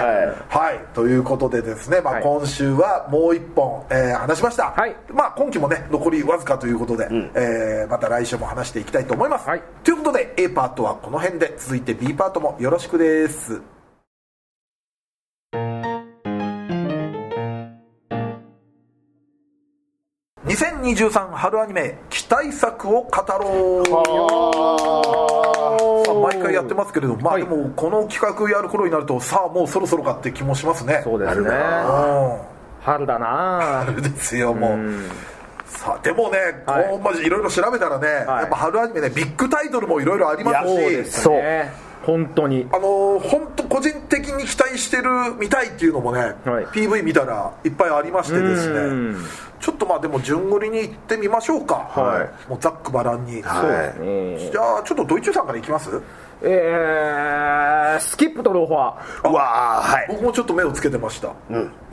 Speaker 1: はい、ということでですね、まあ、
Speaker 2: はい
Speaker 1: 今週はもう一本、えー話しました、
Speaker 2: はい
Speaker 1: まあ、今期もね残りわずかということで、えーまた来週も話していきたいと思います、
Speaker 2: はい
Speaker 1: ということで A パートはこの辺で続いて B パートもよろしくです2023春アニメ期待作を語ろうさあ毎回やってますけれども、まあ、
Speaker 2: は
Speaker 1: で
Speaker 2: い
Speaker 1: もこの企画やる頃になるとさあもうそろそろかって気もしますね
Speaker 2: そうですね
Speaker 1: う
Speaker 2: 春だなあ
Speaker 1: んですよもう、さあでもね、
Speaker 2: はい
Speaker 1: こうまじいろいろ調べたらね、
Speaker 2: はい
Speaker 1: やっぱ春アニメねビッグタイトルもいろいろありますし
Speaker 3: いやそうです
Speaker 2: そう本当に
Speaker 1: あの本当個人的に期待してる見たいっていうのもね、
Speaker 2: はい
Speaker 1: PV 見たらいっぱいありましてです
Speaker 2: うん
Speaker 1: ねちょっとまあでも順繰りに行ってみましょうか、
Speaker 3: はい
Speaker 1: もうざっくばらんに、
Speaker 3: そうですね
Speaker 2: え
Speaker 1: じゃあちょっとドイツさんからいきます
Speaker 2: えースキップとローファー
Speaker 3: うわーはい
Speaker 1: 僕もちょっと目をつけてました、
Speaker 2: い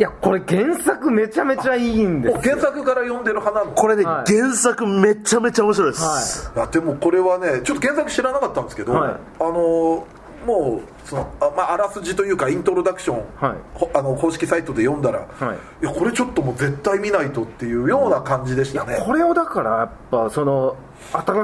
Speaker 2: やこれ原作めちゃめちゃいいんです
Speaker 1: もう
Speaker 2: よ
Speaker 1: 原作から読んでる派なの
Speaker 3: これね、
Speaker 2: はい
Speaker 3: 原作めちゃめちゃ面白いです、
Speaker 2: はい
Speaker 1: やでもこれはねちょっと原作知らなかったんですけど、
Speaker 2: はい
Speaker 1: あのーもうそのあ,、まあ、あらすじというかイントロダクション、
Speaker 2: はい
Speaker 1: ほあの公式サイトで読んだら、
Speaker 2: はい
Speaker 1: いやこれちょっともう絶対見ないとっていうような感じでしたね、
Speaker 2: これをだからやっぱその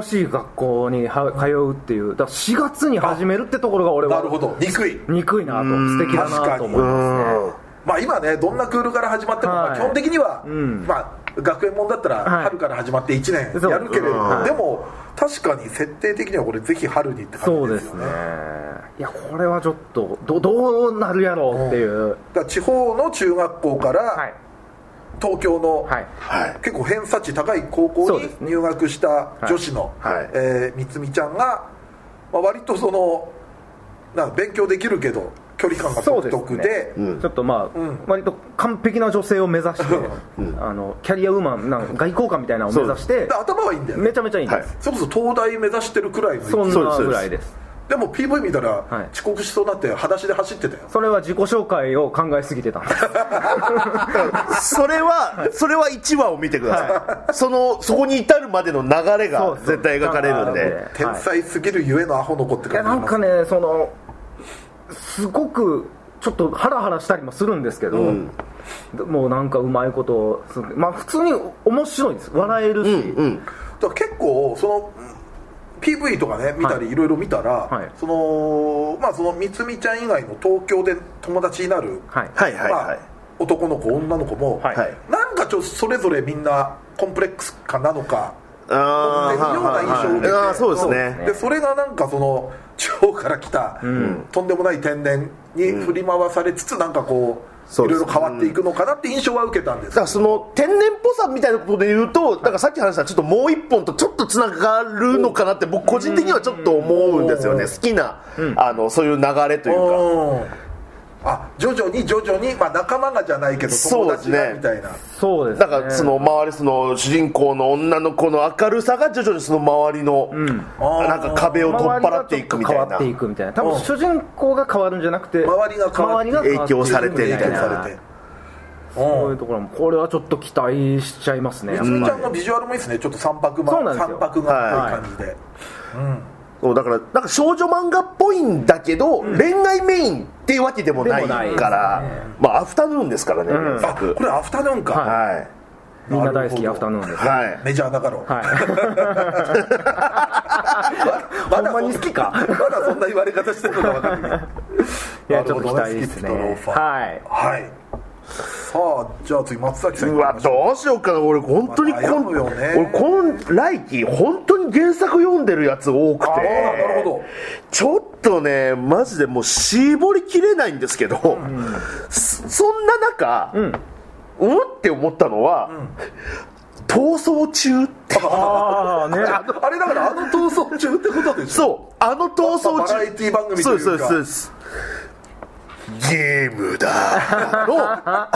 Speaker 2: 新しい学校には通うっていうだから4月に始めるってところが俺は
Speaker 1: なるほど憎い
Speaker 2: 憎いなと素敵だなと思いますね
Speaker 1: まあ今ねどんなクールから始まっても、
Speaker 2: はい
Speaker 1: まあ基本的には、
Speaker 2: うん
Speaker 1: まあ学園もんだったら
Speaker 2: はい
Speaker 1: 春から始まって1
Speaker 2: そ
Speaker 1: 年
Speaker 2: う
Speaker 1: やるけれど、
Speaker 2: うんはい
Speaker 1: でも確かに設定的にはこれぜひ春にって
Speaker 2: そ
Speaker 1: 感
Speaker 2: う
Speaker 1: じ
Speaker 2: で
Speaker 1: です
Speaker 2: す
Speaker 1: よ
Speaker 2: ね
Speaker 1: ね
Speaker 2: いやこれはちょっとどどうなるやろうっていう、
Speaker 1: だから地方の中学校から、
Speaker 2: はい
Speaker 1: 東京の、
Speaker 2: はい
Speaker 3: はい
Speaker 1: 結構偏差値高い高校
Speaker 2: そう
Speaker 1: に
Speaker 2: ですね
Speaker 1: 入学した女子の、
Speaker 3: はいはい
Speaker 1: えー、みつみちゃんが、まあ、割とそのなんか勉強できるけど距離感が独特で
Speaker 2: そうです
Speaker 3: うん
Speaker 2: ちょっとまあ、
Speaker 1: うん
Speaker 2: 割と完璧な女性を目指して、あのキャリアウーマンなんか外交官みたいなのを目指して
Speaker 1: で頭はいいんだよね
Speaker 2: めちゃめちゃいいんです、
Speaker 1: それこそ東大目指してるくらいの
Speaker 2: そん
Speaker 3: そうで
Speaker 2: な
Speaker 3: すそうです
Speaker 2: ぐらいです
Speaker 1: でも PV 見たら、
Speaker 2: はい
Speaker 1: 遅刻しそうになって裸足で走ってたよ
Speaker 2: それは自己紹介を考えすぎてたんです
Speaker 3: それはそれは1話を見てくださいそのそこに至るまでの流
Speaker 2: そ
Speaker 3: れ
Speaker 2: う
Speaker 3: が
Speaker 2: そう
Speaker 3: 絶対描かれるん
Speaker 2: はい
Speaker 3: で
Speaker 1: 天才すぎるゆえのアホの子って
Speaker 2: いやな
Speaker 1: 感
Speaker 2: ん
Speaker 1: じ
Speaker 2: かねそのすごくちょっとハラハラしたりもするんですけど、
Speaker 3: うん
Speaker 2: でもうなんかうまいことするまあ普通に面白いんです笑えるし、
Speaker 3: う
Speaker 1: だ
Speaker 3: ん
Speaker 1: から結構そのうん PV とかね見たりいろいろ見たら、
Speaker 2: はい
Speaker 1: そのまあそのみつみちゃん以外の東京で友達になる、
Speaker 2: はい
Speaker 3: はいはい
Speaker 1: ま
Speaker 3: は
Speaker 1: あ、男の子女の子も、
Speaker 2: はい
Speaker 3: はい
Speaker 1: なんかちょっとそれぞれみんなコンプレックスかなのか
Speaker 3: あ
Speaker 1: っ
Speaker 3: ー
Speaker 1: ていうような印象を受けて
Speaker 3: あーそうです
Speaker 2: そうです
Speaker 3: ね
Speaker 2: ね
Speaker 1: でそれがなんかその地方から来た、
Speaker 2: ん
Speaker 1: とんでもない天然に振り回されつつなんかこう
Speaker 3: そ
Speaker 1: いう
Speaker 3: で
Speaker 1: ろ
Speaker 3: す
Speaker 1: いろ変わっていくのかなって印象は受けたんです
Speaker 3: だからその天然っぽさみたいなことで言うとだからさっき話したちょっともう一本とちょっとつながるのかなって僕個人的にはちょっと思うんですよね
Speaker 1: うん
Speaker 3: 好きなあのそういう流れという
Speaker 1: う
Speaker 3: か
Speaker 1: んあ徐々に徐々に、まあ、仲間がじゃないけど友達
Speaker 3: そうです
Speaker 1: が
Speaker 3: ね
Speaker 1: みたいな、
Speaker 2: そうです
Speaker 3: だ
Speaker 2: ね
Speaker 3: からその周りその主人公の女の子の明るさが徐々にその周りのなんか壁を取っ払っていくみた
Speaker 2: 周りがちょっと
Speaker 3: い
Speaker 2: 変わ
Speaker 3: な
Speaker 2: っていくみたいな多
Speaker 1: うん
Speaker 2: 分主人公が変わるんじゃなくて
Speaker 1: 周りが変わって
Speaker 2: 周りが変わっていく
Speaker 3: 影響されてみ
Speaker 1: 影
Speaker 3: た
Speaker 1: 響
Speaker 3: いな
Speaker 1: されて
Speaker 2: そう
Speaker 1: う
Speaker 2: い
Speaker 1: ん
Speaker 2: うところもこれはちょっと期待しちゃいますねやっ
Speaker 1: み
Speaker 2: ぱ
Speaker 1: つみちゃん
Speaker 2: り
Speaker 1: のビジュアルもいいですねちょっと三拍
Speaker 2: そうな
Speaker 1: 間
Speaker 2: んですよ
Speaker 1: 三拍がっぽい感じで、
Speaker 3: そうだからなんか少女漫画っぽいんだけど、恋愛メインっていうわけでもない
Speaker 2: でもない
Speaker 3: からまあアフタヌーンですからね、
Speaker 2: うん
Speaker 3: 原
Speaker 1: あ
Speaker 3: 作
Speaker 1: これアフタヌーンか、
Speaker 2: はい
Speaker 3: は
Speaker 2: みんな大好き
Speaker 1: なるほど
Speaker 2: アフタヌーンです
Speaker 3: いはい
Speaker 1: メジャーだから、
Speaker 2: はい
Speaker 1: ま
Speaker 2: ほんまに好きか
Speaker 1: まだそんな言われ方してるのか分かんない
Speaker 2: [LAUGHS] いやちょっと期待ですね
Speaker 1: なるほどスキップとローファー
Speaker 2: はい
Speaker 1: はいさあじゃあ次松崎さん
Speaker 3: うわどうしようかな俺本当に
Speaker 1: ま
Speaker 3: こ
Speaker 1: あ悩
Speaker 3: ん、
Speaker 1: むよね
Speaker 3: 俺こん来期本当に原作読んでるやつ多くて
Speaker 1: あーなるほど
Speaker 3: ちょっとねマジでもう絞りきれないんですけど、そそんな中、うんって思ったのは、逃走中って
Speaker 2: ああね
Speaker 1: あのあれだからあの闘争中ってことでしょ
Speaker 3: そうあの逃走中
Speaker 1: バラエティ番組と
Speaker 3: そ
Speaker 1: いうう
Speaker 3: で
Speaker 1: か
Speaker 3: すそうですそうですゲームだ
Speaker 1: [LAUGHS]
Speaker 3: の
Speaker 1: あ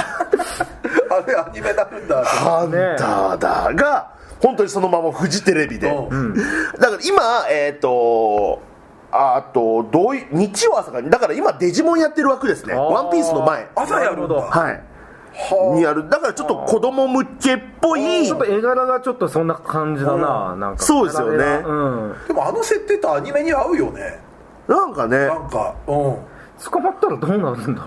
Speaker 1: れアニメなんだ
Speaker 3: ハンターだが本当にそのままフジテレビで、
Speaker 1: うん
Speaker 3: だから今えっ、とあとどうい日曜朝かにだから今デジモンやってる枠ですね「
Speaker 2: あー
Speaker 3: ワンピースの前
Speaker 1: 朝やるんだ
Speaker 2: な
Speaker 3: はいにやるだからちょっと子供向けっぽい
Speaker 2: ちょっと絵柄がちょっとそんな感じだななんか
Speaker 3: そうですよね
Speaker 2: うん
Speaker 1: でもあの設定とアニメに合うよね
Speaker 3: なんかね
Speaker 1: なんかうん
Speaker 2: 捕まったらどうなるんだ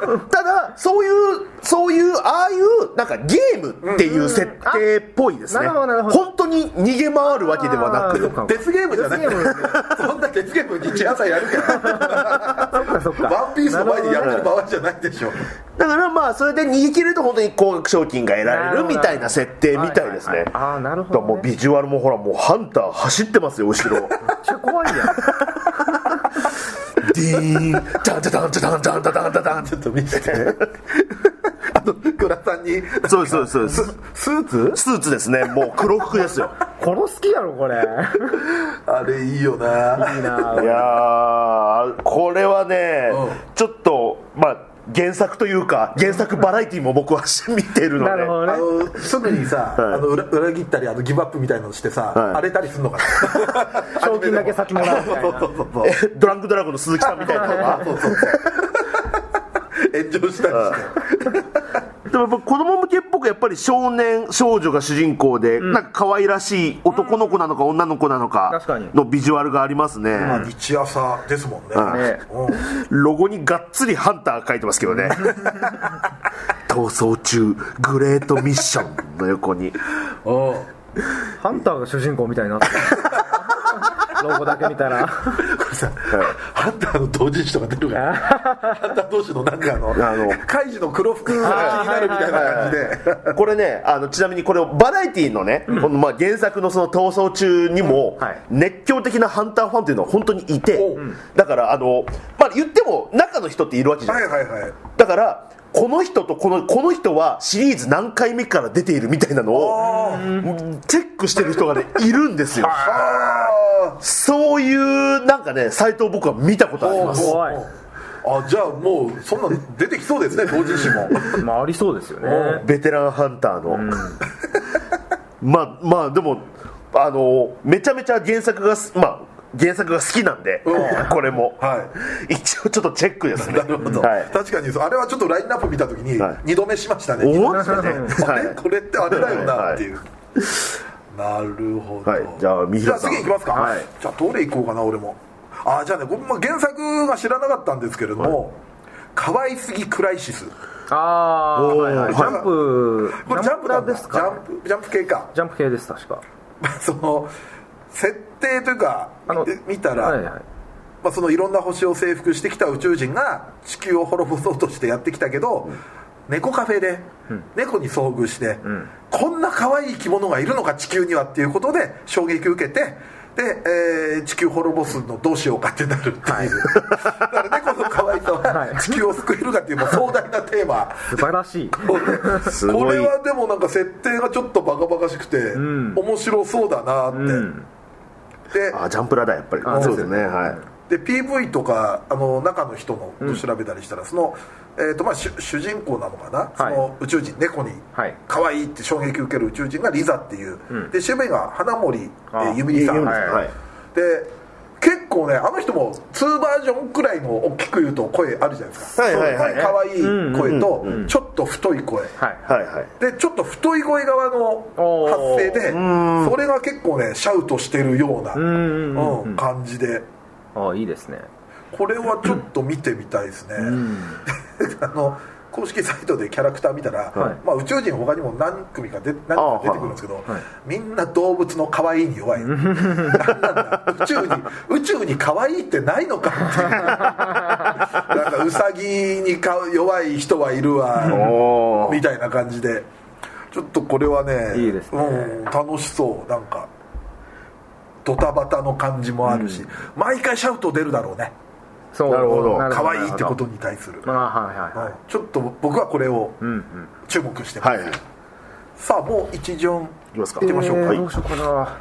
Speaker 2: ろ
Speaker 3: ただそういうそういうああいうなんかゲームっていう設定っぽいですね、
Speaker 2: うんあなるほどなるほど
Speaker 3: 本当に逃げ回るわけではな
Speaker 2: あーそっ
Speaker 3: く
Speaker 2: か
Speaker 1: 別ゲームじゃなくて
Speaker 2: 別ゲー
Speaker 1: [LAUGHS]
Speaker 2: ム
Speaker 1: そんな別ゲーム日朝やるから
Speaker 2: うそっかそっか
Speaker 1: ワンピースの前にやってる場合じゃないでしょ
Speaker 3: だからまあそれで逃げ切れると本当に高額賞金が得られるみたいな設定みたいですね
Speaker 2: ああーなるほど、
Speaker 3: だからも
Speaker 2: ね、
Speaker 3: うビジュアルもほらもうハンター走ってますよ後
Speaker 2: め
Speaker 3: ろ
Speaker 2: っちゃ怖いやん
Speaker 3: ディーンダンダダンダダンダンダダンダダン
Speaker 1: ちょっと見せてあとグラさんに
Speaker 3: そうですそうですそうです
Speaker 1: スーツ
Speaker 3: スーツですねもう黒服です [LAUGHS] よ
Speaker 2: 殺す気やろこれ
Speaker 1: あれいいよない
Speaker 2: いない
Speaker 3: やーこれはね、
Speaker 1: うん
Speaker 3: ちょっとまあ原作というか原作バラエティも僕は見てるので
Speaker 2: なるほどね
Speaker 1: あのすぐにさ、
Speaker 3: はい
Speaker 1: あの裏裏切ったりあのギブアップみたいなのしてさ、
Speaker 3: はい
Speaker 1: 荒れたりするのかな
Speaker 2: [LAUGHS] 賞金だけ先もらうみたいな
Speaker 1: そうそうそうそ
Speaker 3: [LAUGHS] ドランクドラゴンの鈴 [LAUGHS] 木さんみたいなのが
Speaker 1: う炎上したりして、
Speaker 3: でもやっぱ子供向けっぽくやっぱり少年少女が主人公で、なんか可愛らしい男の子なのか女の子なのか
Speaker 2: 確かに
Speaker 3: のビジュアルがありますね、
Speaker 1: まあ、日朝ですもんね、
Speaker 3: うん
Speaker 2: ね
Speaker 1: うん
Speaker 3: ロゴにがっつりハンター書いてますけどね逃走中グレートミッションの横に
Speaker 2: ハンターが主人公みたいになってるロゴだけ見たら
Speaker 1: これさ、ハンターの同人誌とか出るから、ハンター同士のなんかあの、
Speaker 3: あの
Speaker 1: カイジの黒服が気になるみたいな感じで、
Speaker 3: これねあのちなみにこれをバラエティのね、このまあ原作のその逃走中にも
Speaker 2: うんはい
Speaker 3: 熱狂的なハンターファンっていうのは本当にいて、
Speaker 1: おう
Speaker 3: だからあの、まあ、言っても中の人っているわけじゃ
Speaker 1: は
Speaker 3: ないい
Speaker 1: はいはい。
Speaker 3: だからこの人とこのこの人はシリーズ何回目から出ているみたいなのを
Speaker 1: あ
Speaker 3: チェックしてる人がねいるんですよ
Speaker 1: ああ
Speaker 3: そういうなんかねサイトを僕は見たことあります
Speaker 2: 怖い
Speaker 1: あじゃあもうそんなん出てきそうですね同人誌も
Speaker 2: まあありそうですよね
Speaker 3: ベテランハンターの、 [LAUGHS] まあまあでもあのめちゃめちゃ原作がすまあ原作が好きなんで、
Speaker 1: うん
Speaker 3: これも、
Speaker 1: は
Speaker 3: 一応ちょっとチェックですね
Speaker 1: なるほど、
Speaker 3: はい
Speaker 1: 確かにそうあれはちょっとラインナップ見た時に
Speaker 3: はい
Speaker 1: 二度目しましたね、
Speaker 3: 思うんですよね
Speaker 1: あ
Speaker 3: はい
Speaker 1: れこれってあれだよなっていう、なるほど、
Speaker 3: はいじゃあ三
Speaker 1: じゃ
Speaker 3: 平
Speaker 1: あ
Speaker 3: さん
Speaker 1: 次行きますか、
Speaker 3: はい
Speaker 1: じゃあどれ行こうかな俺もあじゃあね僕も原作が知らなかったんですけれども、可愛すぎクライシス
Speaker 2: ああ
Speaker 3: おー
Speaker 2: ー、はいはい、
Speaker 3: はい
Speaker 2: ジャンプ
Speaker 1: これジャンプなんだ
Speaker 2: ですか
Speaker 1: ジャンプジャンプ系か
Speaker 2: ジャンプ系です確か
Speaker 1: その設定というか見たら、
Speaker 2: はいはい
Speaker 1: まあ、そのいろんな星を征服してきた宇宙人が地球を滅ぼそうとしてやってきたけど、猫カフェで猫に遭遇して、
Speaker 2: ん
Speaker 1: こんな可愛い生き物がいるのか地球にはっていうことで衝撃を受けてで、えー地球滅ぼすのどうしようかってなるっていう、だから猫の可愛さ
Speaker 2: はい
Speaker 1: は地球を救えるかっていうもう壮大なテーマ、
Speaker 2: 素晴らしい
Speaker 3: すごい
Speaker 1: これはでもなんか設定がちょっとバカバカしくて、
Speaker 2: ん
Speaker 1: 面白そうだなって、
Speaker 2: うん
Speaker 1: で
Speaker 3: あジャンプラだやっぱり
Speaker 2: あ
Speaker 3: そうです
Speaker 2: そう
Speaker 3: ね
Speaker 2: ですね
Speaker 3: はい
Speaker 1: で PV とかあの中の人のを調べたりしたら、その、えーとまあ、主主人公なのかな、
Speaker 2: はい
Speaker 1: その宇宙人猫に
Speaker 2: はい
Speaker 1: 可愛いって衝撃を受ける宇宙人がリザっていう、
Speaker 2: ん
Speaker 1: で主名が花森え
Speaker 2: あ
Speaker 1: ー由美里さん、
Speaker 2: はい
Speaker 3: はい
Speaker 1: で結構ねあの人も2バージョンくらいの大きく言うと声あるじゃないですか、
Speaker 3: はいはいはい
Speaker 1: その可愛い声と
Speaker 3: うんうんうん
Speaker 1: ちょっと太い声、
Speaker 2: はい
Speaker 3: はいは
Speaker 1: で
Speaker 3: い
Speaker 1: ちょっと太い声側の
Speaker 2: おー
Speaker 1: 発声で
Speaker 3: うん
Speaker 1: それが結構ねシャウトしてるような、
Speaker 2: うんうんうん、う
Speaker 1: うん
Speaker 2: ん、
Speaker 1: 感じで。
Speaker 2: ああいいですね
Speaker 1: これはちょっと見てみたいですね、
Speaker 2: ん
Speaker 1: [LAUGHS] あの公式サイトでキャラクター見たら、
Speaker 2: はい
Speaker 1: まあ、宇宙人他にも何組かで何
Speaker 3: ああ
Speaker 1: か出てくるんですけど、
Speaker 2: はい
Speaker 1: みんな動物の可愛いに弱いなんなんだ宇宙に宇宙に可愛いってないのかって
Speaker 2: [LAUGHS]
Speaker 1: いうなんかウサギにか弱い人はいるわ
Speaker 3: おー
Speaker 1: みたいな感じでちょっとこれはね
Speaker 2: いいですね
Speaker 1: うん、楽しそうなんかドタバタの感じもあるし、毎回シャウト出るだろうね
Speaker 2: そう
Speaker 3: なるほど
Speaker 1: 可愛いってことに対する、
Speaker 2: まあはいはいはい、
Speaker 1: はいちょっと僕はこれを
Speaker 2: うんうん
Speaker 1: 注目してます、
Speaker 3: はいはいい
Speaker 1: さあもう一巡
Speaker 3: きますか
Speaker 1: 行きましょうか
Speaker 2: えーどうしようかな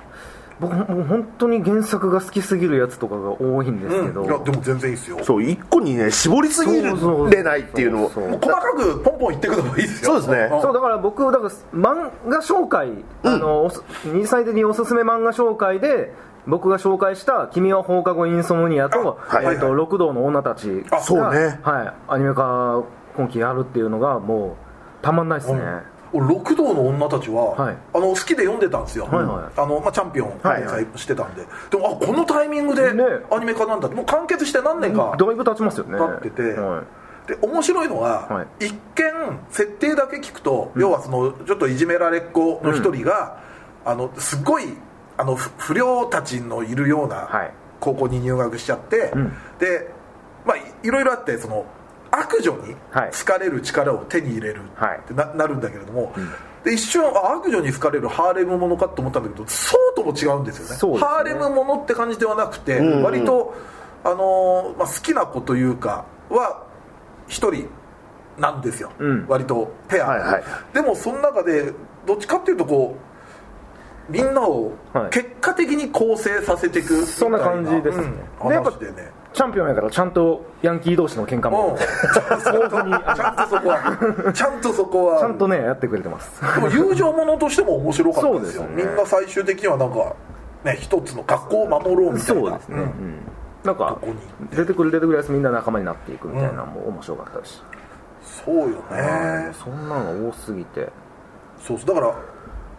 Speaker 2: 僕もう本当に原作が好きすぎるやつとかが多いんですけど、
Speaker 1: うん、いやでも全然いいですよ
Speaker 3: そう一個にね絞りすぎ
Speaker 2: そうそうそう
Speaker 3: れないっていうのを
Speaker 2: そう
Speaker 1: もう細かくポンポン言ってくのもいいです
Speaker 3: そう
Speaker 1: よ
Speaker 3: ですね
Speaker 1: ん
Speaker 2: そうだから僕だから漫画紹介、あのおす二歳的におすすめ漫画紹介で僕が紹介した「君は放課後インソムニアと」
Speaker 3: あはい
Speaker 2: えっと六道の女たちが
Speaker 1: あ
Speaker 3: そうね
Speaker 2: はい、アニメ化今期やるっていうのがもうたまんないですね、
Speaker 1: 俺六道の女たちは、
Speaker 2: はい
Speaker 1: あの好きで読んでたんですよ、
Speaker 2: はいはい
Speaker 1: あのまあ、チャンピオン
Speaker 3: はい
Speaker 1: 連載してたんで、でもあこのタイミングで
Speaker 2: ね
Speaker 1: アニメ化なんだってもう完結して何年か
Speaker 2: だいぶ経ちますよね
Speaker 1: 経ってて
Speaker 2: はい
Speaker 1: で面白いのは、
Speaker 2: は
Speaker 1: 一見設定だけ聞くと、要はそのちょっといじめられっ子の一人が、あのすごいあのふ不良たちのいるよう
Speaker 2: は
Speaker 1: ない高校に入学しちゃって、
Speaker 2: うん
Speaker 1: で、まあ、いいろいろあってその悪女に
Speaker 2: はい
Speaker 1: 好かれる力を手に入れる
Speaker 2: はい
Speaker 1: ってな,、なるんだけれども、で一瞬あ悪女に好かれるハーレムものかと思ったんだけどそうとも違うんですよね
Speaker 2: そうですね
Speaker 1: ハーレムものって感じではなくて、
Speaker 3: んうん
Speaker 1: 割と、あのーまあ、好きな子というかは一人なんですよ、
Speaker 2: うん
Speaker 1: 割とペア、
Speaker 3: はいはい
Speaker 1: でもその中でどっちかっていうとこうみんなを
Speaker 2: はい
Speaker 1: 結果的に構成させていくみたいな、
Speaker 2: そんな感じですね
Speaker 1: うん
Speaker 2: でやっぱ
Speaker 1: 話でね
Speaker 2: チャンピオンやからちゃんとヤンキー同士の喧嘩
Speaker 1: う
Speaker 2: も
Speaker 1: ん、ちゃんとちゃんとそこはちゃんとそこは
Speaker 2: ちゃんとねやってくれてます
Speaker 1: でも友情ものとしても面白かったですよ
Speaker 2: そうです
Speaker 1: み
Speaker 2: よね
Speaker 1: んな最終的にはなんかね一つの学校を守ろうみたいな
Speaker 2: そうですね、うん
Speaker 1: ん
Speaker 2: なんか
Speaker 1: こに
Speaker 2: 出てくる出てくるやつみんな仲間になっていくみたいなのも面白かったし、
Speaker 1: そうよね
Speaker 2: そんなのが多すぎて
Speaker 1: そうそうだから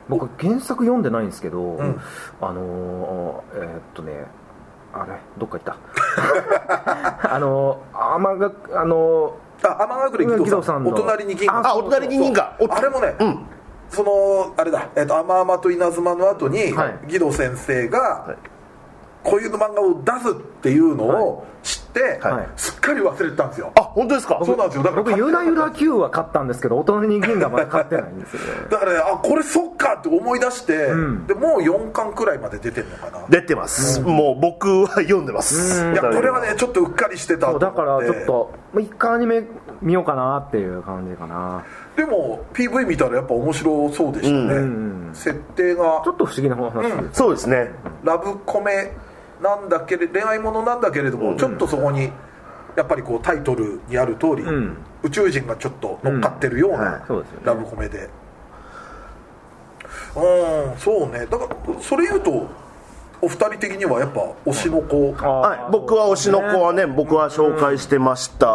Speaker 2: 僕原作読んでないんですけど、
Speaker 1: ん
Speaker 2: あのーえーっとねあれどっか行った [LAUGHS] あのー天があの
Speaker 1: あ天隠れ義堂さん
Speaker 2: 義堂さんの
Speaker 1: お隣に銀河
Speaker 3: あお隣に銀河
Speaker 1: そうあれもね、
Speaker 3: うん
Speaker 1: そのあれだ「えっとあまあまと稲妻」の後に、
Speaker 2: はい
Speaker 1: 義堂先生が、
Speaker 3: い
Speaker 1: こういうの漫画を出すっていうのを知って、
Speaker 2: はい
Speaker 1: すっかり忘れてたんですよ、
Speaker 3: あ本当ですか
Speaker 1: そうなんですよだ
Speaker 2: ー
Speaker 1: から
Speaker 2: 僕ゆらゆら Q は買ったんですけど大人に銀河まで買ってないんですよね
Speaker 1: だからねあこれそっかって思い出して、
Speaker 2: ん
Speaker 1: でもう4巻くらいまで出てんのかな
Speaker 3: 出てます、もう僕は読んでます、
Speaker 1: いやこれはねちょっとうっかりしてた
Speaker 2: そうだから
Speaker 1: 思
Speaker 2: ちょっとまあ一回アニメ見ようかなっていう感じかな
Speaker 1: でも PV 見たらやっぱ面白そうでしたね、
Speaker 2: ん
Speaker 1: 設定が
Speaker 2: ちょっと不思議な話です、
Speaker 3: そうですね
Speaker 1: ラブコメなんだけれ恋愛ものなんだけれども、ちょっとそこにやっぱりこうタイトルにある通り、
Speaker 2: ん
Speaker 1: 宇宙人がちょっと乗っかってるよう
Speaker 3: うんは
Speaker 1: ない
Speaker 2: そうですよね
Speaker 1: ラブコメでうんそうねだからそれ言うとお二人的にはやっぱ推しの子こ
Speaker 3: はい僕は推しの子はね僕は紹介してました、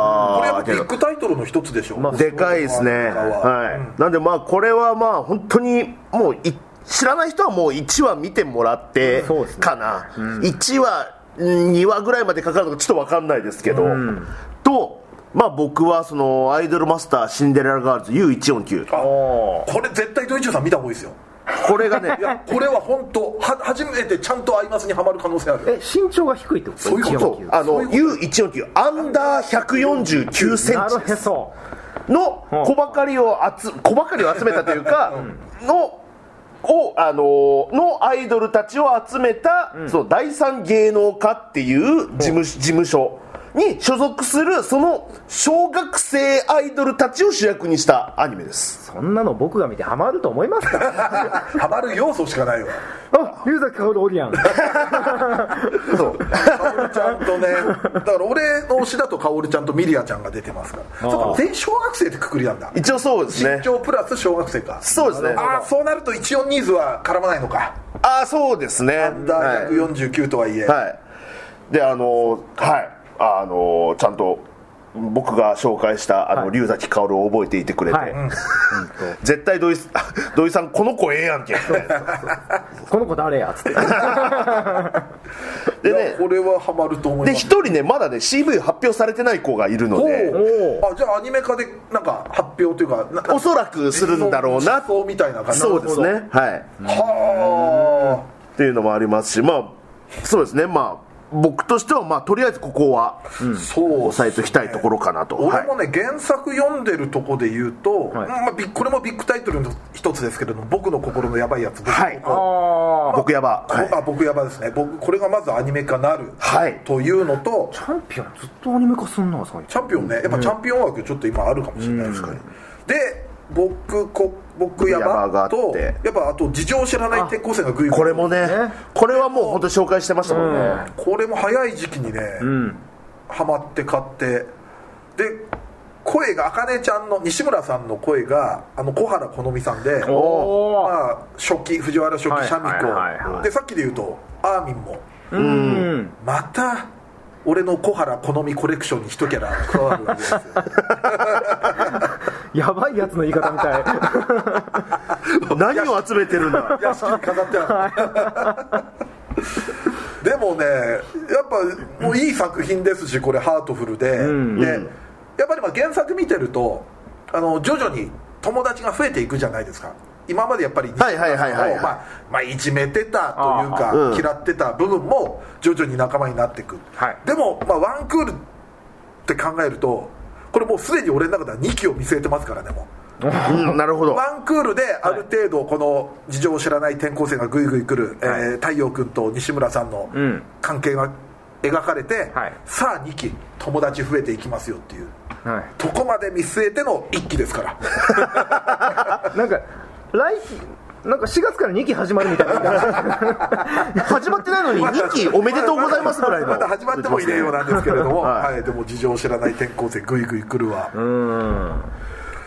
Speaker 1: れやっぱビッグタイトルの一つでしょ、
Speaker 2: まあ
Speaker 3: でかいですねはい、なんでまあこれはまあ本当にもうい知らない人はもう1話見てもらって
Speaker 2: そうですね
Speaker 3: かな、1話2話ぐらいまでかかるのかちょっと分かんないですけど、とまあ僕はそのアイドルマスターシンデレラガールズ U149
Speaker 1: あ
Speaker 2: お
Speaker 1: これ絶対ドイチューさん見た方がいいですよ
Speaker 3: これがね
Speaker 1: いやこれは本当は初めてちゃんとアイマスにはまる可能性あ
Speaker 3: [LAUGHS]
Speaker 1: る
Speaker 2: え身長が低いってこと
Speaker 1: そういうこと
Speaker 3: そうあの U149 アンダー149セン
Speaker 2: な
Speaker 3: チ
Speaker 2: るへそ
Speaker 3: の小ばかりを集小ばかりを集めたというか、のをあのーのアイドルたちを集めた、その第三芸能家っていう事務事務所に所属するその小学生アイドルたちを主役にしたアニメです
Speaker 2: そんなの僕が見てハマると思いますか
Speaker 1: はまる要素しかないわ
Speaker 2: あ龍崎薫おりやん
Speaker 3: そう
Speaker 1: ちゃんとねだから俺の推しだと薫ちゃんとミリアちゃんが出てますからそうか全員小学生ってくくりなんだ
Speaker 3: [LAUGHS] 一応そうですね
Speaker 1: 身長プラス小学生か
Speaker 3: そうですね
Speaker 1: ああそうなると一四ニーズは絡まないのか
Speaker 3: ああそうですね
Speaker 1: アンダー149とはいえ、
Speaker 3: はい、であのはいあのちゃんと僕が紹介したあの、
Speaker 2: はい
Speaker 3: 龍崎薫を覚えていてくれて、
Speaker 2: はい、うん
Speaker 3: 絶対土井す土井さんこ [LAUGHS] の子ええやんけ
Speaker 2: この子誰やっつって
Speaker 1: い
Speaker 3: で
Speaker 1: や
Speaker 3: ね
Speaker 1: これはハマると思い
Speaker 3: で
Speaker 1: ま
Speaker 3: 一
Speaker 1: す
Speaker 3: 人ねまだね CV 発表されてない子がいるので
Speaker 1: おおあじゃあアニメ化でなんか発表というかな
Speaker 3: おそらくするんだろうな
Speaker 1: そうみたいな感じ
Speaker 3: そうですねはい
Speaker 1: は
Speaker 3: っていうのもありますしまあそうですねまあ僕としてはまあとりあえずここは
Speaker 1: あ、そう
Speaker 3: 押さえておきたいところかなと、は
Speaker 1: 俺
Speaker 3: い
Speaker 1: もね、原作読んでるとこで言うと、
Speaker 2: はい
Speaker 1: まあ、ビッこれもビッグタイトルの一つですけれども僕の心のヤバいやつ僕,、
Speaker 3: はい
Speaker 2: ああ
Speaker 3: 僕やばはい
Speaker 1: あ僕ヤバですね僕これがまずアニメ化なる、
Speaker 3: はい
Speaker 1: というのと
Speaker 2: チャンピオンずっとアニメ化すんな最近
Speaker 1: チャンピオンねやっぱチャンピオン枠ちょっと今あるかもしれないですかね、で僕こ僕ヤ
Speaker 3: 僕やばが
Speaker 1: バ
Speaker 3: あって
Speaker 1: とやっぱあと事情を知らない転校生がグイグイ
Speaker 3: これもね
Speaker 2: ね
Speaker 3: これはもう本当に紹介してましたもんね、
Speaker 1: これも早い時期にね、ハマって買ってで声が茜ちゃんの西村さんの声があの小原好美さんで
Speaker 2: おー
Speaker 1: まあ、初期藤原初期
Speaker 2: はい
Speaker 1: シャミ子、
Speaker 2: はいはいはい
Speaker 1: でさっきで言うとアーミンも
Speaker 2: うん
Speaker 1: また俺の小原好みコレクションに一キャラ加わるわけですよ
Speaker 2: やばいやつの言い方みたい
Speaker 3: 何を集めてるんだ
Speaker 1: 屋敷に飾ってあるでもねやっぱもういい作品ですしこれハートフルで、
Speaker 2: ん
Speaker 1: でやっぱりまあ原作見てるとあの徐々に友達が増えていくじゃないですか今までやっぱり西
Speaker 3: は
Speaker 1: 村
Speaker 3: いはいはい
Speaker 1: さ
Speaker 3: は
Speaker 1: ん
Speaker 3: い
Speaker 1: を
Speaker 3: はい
Speaker 1: まあまあいじめてたというか、
Speaker 3: あーうん
Speaker 1: 嫌ってた部分も徐々に仲間になっていく、
Speaker 2: はい
Speaker 1: でも、まあ、ワンクールって考えるとこれもうすでに俺の中では2期を見据えてますからねもう
Speaker 3: うんなるほど
Speaker 1: ワンクールである程度この事情を知らない転校生がぐいぐい来る、
Speaker 2: はい
Speaker 1: えー太陽君と西村さんの
Speaker 2: うん
Speaker 1: 関係が描かれて、
Speaker 2: はい
Speaker 1: さあ2期友達増えていきますよっていう
Speaker 2: は
Speaker 1: とこまで見据えての1期ですから
Speaker 2: いなんか来期なんか4月から2期始まるみたいな
Speaker 3: 始まってないのに2期 [LAUGHS] おめでとうございますぐらいの
Speaker 1: まだ始まってもいねえようなんですけれども、
Speaker 3: は
Speaker 1: はいいでも事情を知らない転校生ぐいぐい来るわ、
Speaker 2: うん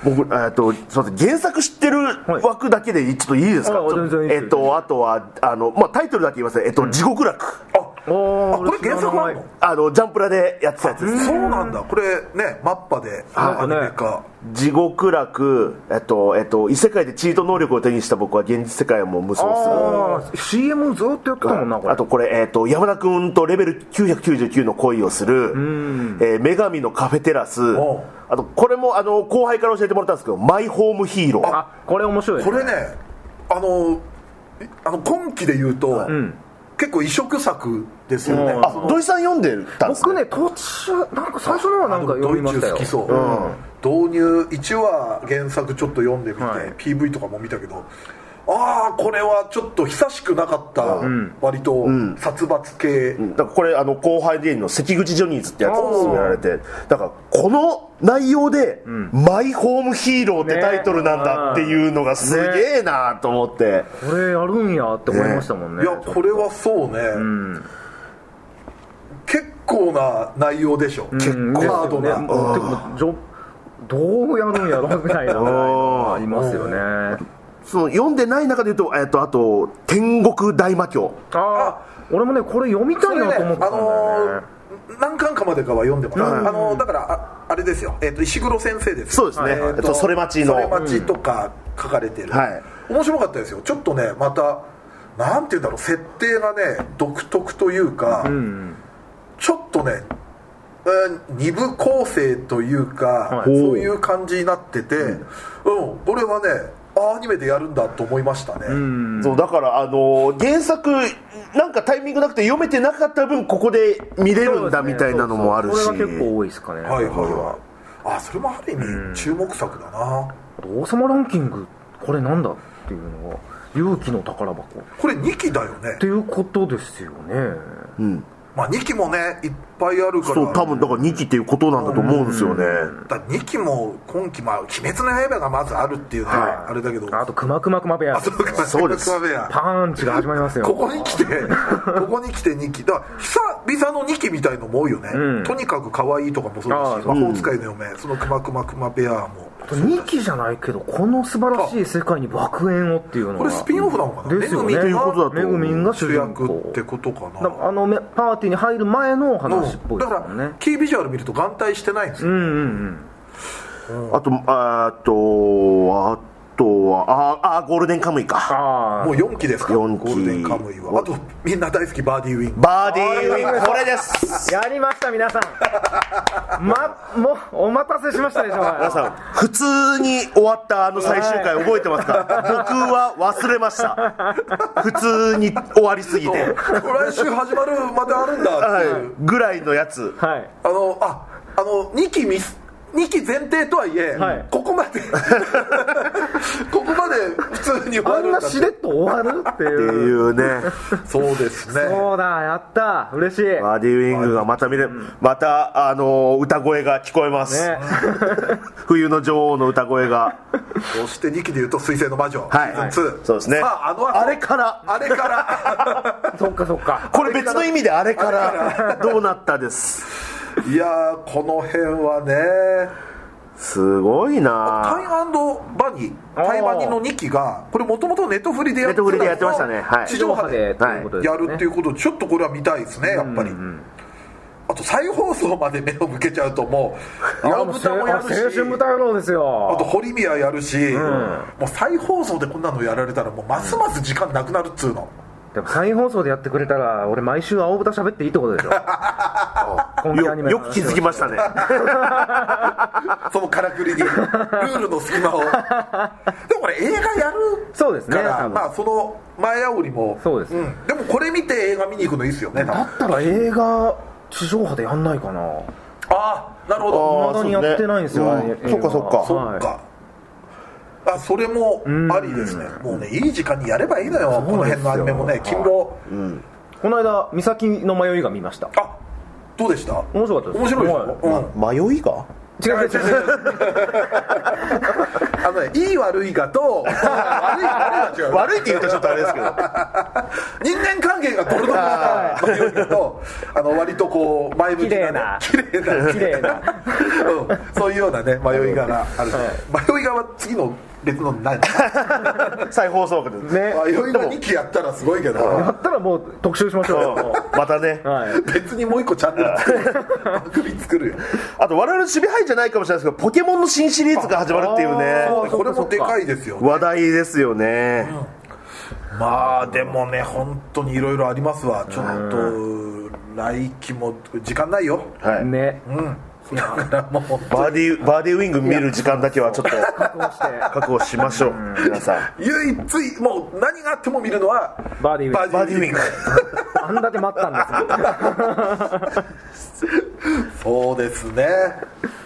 Speaker 3: 僕えっとすいません原作知ってる枠だけでちょっといいですか
Speaker 2: あ全然いいですよ
Speaker 3: えっとあとはあのまあタイトルだけ言いますねえっと地獄楽
Speaker 1: あ
Speaker 2: お
Speaker 1: あ
Speaker 2: ー
Speaker 1: これ
Speaker 2: 知
Speaker 1: 原
Speaker 2: らない
Speaker 1: 作あるの
Speaker 3: あのジャンプラでやってたやつです
Speaker 1: そうなんだこれねマッパで
Speaker 2: は
Speaker 1: ア
Speaker 2: い
Speaker 1: ニメ化
Speaker 3: 地獄楽、えっとえっと、異世界でチート能力を手にした僕は現実世界をもう無双す
Speaker 2: [LAUGHS]
Speaker 3: る
Speaker 2: あー CM ずっとやってたもんなこれ
Speaker 3: あとこれ、えー、と山田君とレベル999の恋をする、えー女神のカフェテラス
Speaker 1: おう
Speaker 3: あとこれもあの後輩から教えてもらったんですけどマイホームヒーロー
Speaker 2: あこれ面白いね
Speaker 1: これねあのえあの今期で言うと、結構異色作ですよね、
Speaker 2: うん
Speaker 3: あ土井さん読んでたんです
Speaker 2: 僕
Speaker 3: ね
Speaker 2: ね途中なんか最初のはなんか読みましたよ
Speaker 1: ドイツ好きそう、導入1話原作ちょっと読んでみて、
Speaker 2: はい
Speaker 1: PV とかも見たけどああこれはちょっと久しくなかった、割と殺伐系、
Speaker 3: だからこれあの後輩芸人の関口ジョニーズってやつを勧められてだからこの内容で、マイホームヒーローってタイトルなんだっていうのがすげえなと思って、
Speaker 2: これやるんやって思いましたもんね
Speaker 1: いやこれはそうね、結構な内容でしょ、結
Speaker 2: うん
Speaker 1: 構ハードな、
Speaker 2: ですよねもうてかジョどうやるんやろみたいなぐらいのありますよね
Speaker 3: その読んでない中で言うと,、えー、とあと「天国大魔教」
Speaker 2: あー俺もねこれ読みた
Speaker 1: そ
Speaker 2: い
Speaker 1: れ
Speaker 2: な
Speaker 1: ね
Speaker 2: と思ってたんだよね
Speaker 1: あのー何巻かまでかは読んでます、あのーだからああれですよ、えー、と石黒先生です
Speaker 3: そうですねえっとそれ待ちの
Speaker 1: それ待ちとか書かれてる、
Speaker 3: はい
Speaker 1: 面白かったですよちょっとねまたなんて言うんだろう設定がね独特というか、ちょっとねえー二部構成というか、
Speaker 2: い
Speaker 1: そういう感じになってて、うんこれはねあアニメでやるんだと思いましたね、
Speaker 3: そうだからあのー原作なんかタイミングなくて読めてなかった分ここで見れるんだみたいなのもあるし
Speaker 2: これが結構多いですかね
Speaker 1: はいはいはいあそれもある意味注目作だな、
Speaker 2: 王様ランキングこれなんだっていうのが勇気の宝箱っ
Speaker 1: これ2期だよね
Speaker 2: ていうことですよね
Speaker 1: まあ2期もねいっぱいあるから
Speaker 3: そう多分だから2期っていうことなんだと思うんですよね、
Speaker 1: 2期も今期まあ「鬼滅の刃」がまずあるっていうのはあれだけど、
Speaker 2: あと「くまくまくま部屋」
Speaker 1: そうか
Speaker 3: そうです
Speaker 1: そうか
Speaker 2: パーンチが始まりますよ
Speaker 1: ここに来
Speaker 2: [LAUGHS]
Speaker 1: てここに来て2期だから久々の2期みたいのも多いよね、
Speaker 2: うん
Speaker 1: とにかく可愛いとかもそう
Speaker 2: あ
Speaker 1: だ
Speaker 2: あ
Speaker 1: し魔法使いの嫁そのくまくまくまペアも
Speaker 2: 2期じゃないけどこの素晴らしい世界に爆炎をっていうのが
Speaker 1: これスピンオフなのかな
Speaker 2: ですよ
Speaker 1: め
Speaker 2: ね
Speaker 1: ぐみが
Speaker 3: とだ
Speaker 2: めぐみんが主
Speaker 1: 主
Speaker 2: 人
Speaker 1: 役
Speaker 2: 公
Speaker 1: ってことか
Speaker 2: だ
Speaker 1: な
Speaker 2: あのめパーティーに入る前の
Speaker 1: うん
Speaker 2: 話っぽい
Speaker 1: だ
Speaker 2: で
Speaker 1: か
Speaker 2: すもん
Speaker 1: ら
Speaker 2: ね
Speaker 1: キービジュアル見ると眼帯してないんですよ、
Speaker 2: うんうん
Speaker 3: あとあーとあとはああーゴールデンカムイか
Speaker 2: あ
Speaker 1: もう4期ですからゴ
Speaker 3: 四期
Speaker 1: ールデンカムイはあとみんな大好きバーディーウィン
Speaker 3: バーディーウィンこれです
Speaker 2: あやりました皆
Speaker 1: [LAUGHS]
Speaker 2: さんまもうお待たせしましたでしょうが
Speaker 3: 皆さん普通に終わったあの最終回覚えてますか僕は忘れました普通に終わりすぎて、
Speaker 1: 来週始まるまであるんだっていう
Speaker 3: はい、ぐらいのやつ
Speaker 2: はい
Speaker 1: あのああの2期ミス2期前提とはいえ、
Speaker 2: はい
Speaker 1: ここま
Speaker 3: [LAUGHS]
Speaker 1: でここまで普通に終わ
Speaker 2: あ
Speaker 1: る
Speaker 2: ん
Speaker 1: んだ
Speaker 2: な
Speaker 1: って
Speaker 2: しれっと終わるって
Speaker 3: って
Speaker 2: いう
Speaker 3: いうね
Speaker 1: そうですね
Speaker 2: そうだやった嬉しい
Speaker 3: バーディーウィングがまた見れまた、あのー歌声が聞こえます、
Speaker 2: ね
Speaker 3: 冬の女王の歌
Speaker 2: [LAUGHS]
Speaker 3: 声が
Speaker 1: そして2期でいうと「水星の魔女」
Speaker 3: はい
Speaker 1: シーズン2
Speaker 3: そうですね
Speaker 1: さああの後
Speaker 3: あれから
Speaker 1: あれから
Speaker 3: [LAUGHS]
Speaker 2: そっかそっか
Speaker 3: これ別の意味であれからどうなったです
Speaker 1: いやーこの辺はね
Speaker 3: すごい
Speaker 1: タイ
Speaker 3: な
Speaker 1: バニータイバニーの2期がこれもともとネットフリでやって
Speaker 3: ネットフリでやってましたねはい
Speaker 1: 地上波で
Speaker 2: ということです
Speaker 1: や
Speaker 2: よね
Speaker 1: るっていうことでちょっとこれは見たいですねやっぱり、あと再放送まで目を向けちゃうともう
Speaker 2: いや
Speaker 1: 青
Speaker 2: もうせ
Speaker 1: 豚もやる
Speaker 2: 青
Speaker 1: し
Speaker 2: 春豚野郎ですよ
Speaker 1: あと堀宮やるし、もう再放送でこんなのやられたらもうますます時間なくなるっつうの、
Speaker 2: でも再放送でやってくれたら俺毎週青豚喋っていいってことでしょ今期アニメ
Speaker 3: よよく気づきましたね
Speaker 1: そのからくりにルールの隙間を
Speaker 2: [LAUGHS]
Speaker 1: でもこれ映画やる
Speaker 2: そうですね
Speaker 1: から、
Speaker 2: 多分
Speaker 1: まあその前煽りも
Speaker 2: そうですね
Speaker 1: んでもこれ見て映画見に行くのいいっすよね多分
Speaker 2: だったら映画地上波でやんないかな
Speaker 1: ああなるほ
Speaker 3: あ
Speaker 1: ど
Speaker 3: ー
Speaker 2: 未だにやってないんですよ、
Speaker 3: そう
Speaker 2: あ
Speaker 3: ね
Speaker 2: れ
Speaker 3: うんそっかそっか
Speaker 1: そ
Speaker 2: は
Speaker 1: っ
Speaker 2: い
Speaker 1: かあそれもありですねもうねいい時間にやればいいのよこの辺のアニメもね勤労
Speaker 2: この間「岬の迷い」が見ました
Speaker 1: あどうでした
Speaker 2: 面白かったです
Speaker 1: 面白いでし
Speaker 2: はい
Speaker 1: ょうん
Speaker 3: [LAUGHS] 迷いが
Speaker 2: 違う違う違う
Speaker 1: あのねいい悪いが [LAUGHS] と悪い悪いが違う
Speaker 3: 悪いって言うとちょっとあれで
Speaker 2: [LAUGHS]
Speaker 3: すけど
Speaker 1: 人間関係がドロドロな迷いがとあの割とこう前向きなね
Speaker 2: 綺
Speaker 1: 綺麗な
Speaker 2: 綺麗な
Speaker 1: うんそういうようなね迷いががある迷いがは次の別のない
Speaker 3: 再放送枠で
Speaker 2: ね
Speaker 1: あいろいろ2期やったらすごいけど
Speaker 2: やったらもう特集しましょうよ
Speaker 3: うんまたね
Speaker 2: はい
Speaker 1: [LAUGHS] 別にもう一個チャンネル作る [LAUGHS] 番組作るよ
Speaker 3: あと我々の守備範囲じゃないかもしれないですけどポケモンの新シリーズが始まるっていう
Speaker 2: あ
Speaker 3: ね
Speaker 2: ーそっかそっか
Speaker 1: これもでかいですよ
Speaker 3: 話題ですよね、
Speaker 1: まあでもね本当にいろいろありますわちょっと来期も時間ないよ
Speaker 3: はい
Speaker 2: ね
Speaker 1: うんだからもう
Speaker 3: バーディーバーディーウィング見る時間だけはちょっと
Speaker 2: こうして
Speaker 3: 確保しましょう皆さん
Speaker 1: [LAUGHS] 唯一もう何があっても見るのは
Speaker 2: バーディーウィング
Speaker 3: バーディーウィング
Speaker 2: あんだけ待ったんですよ
Speaker 1: そうですね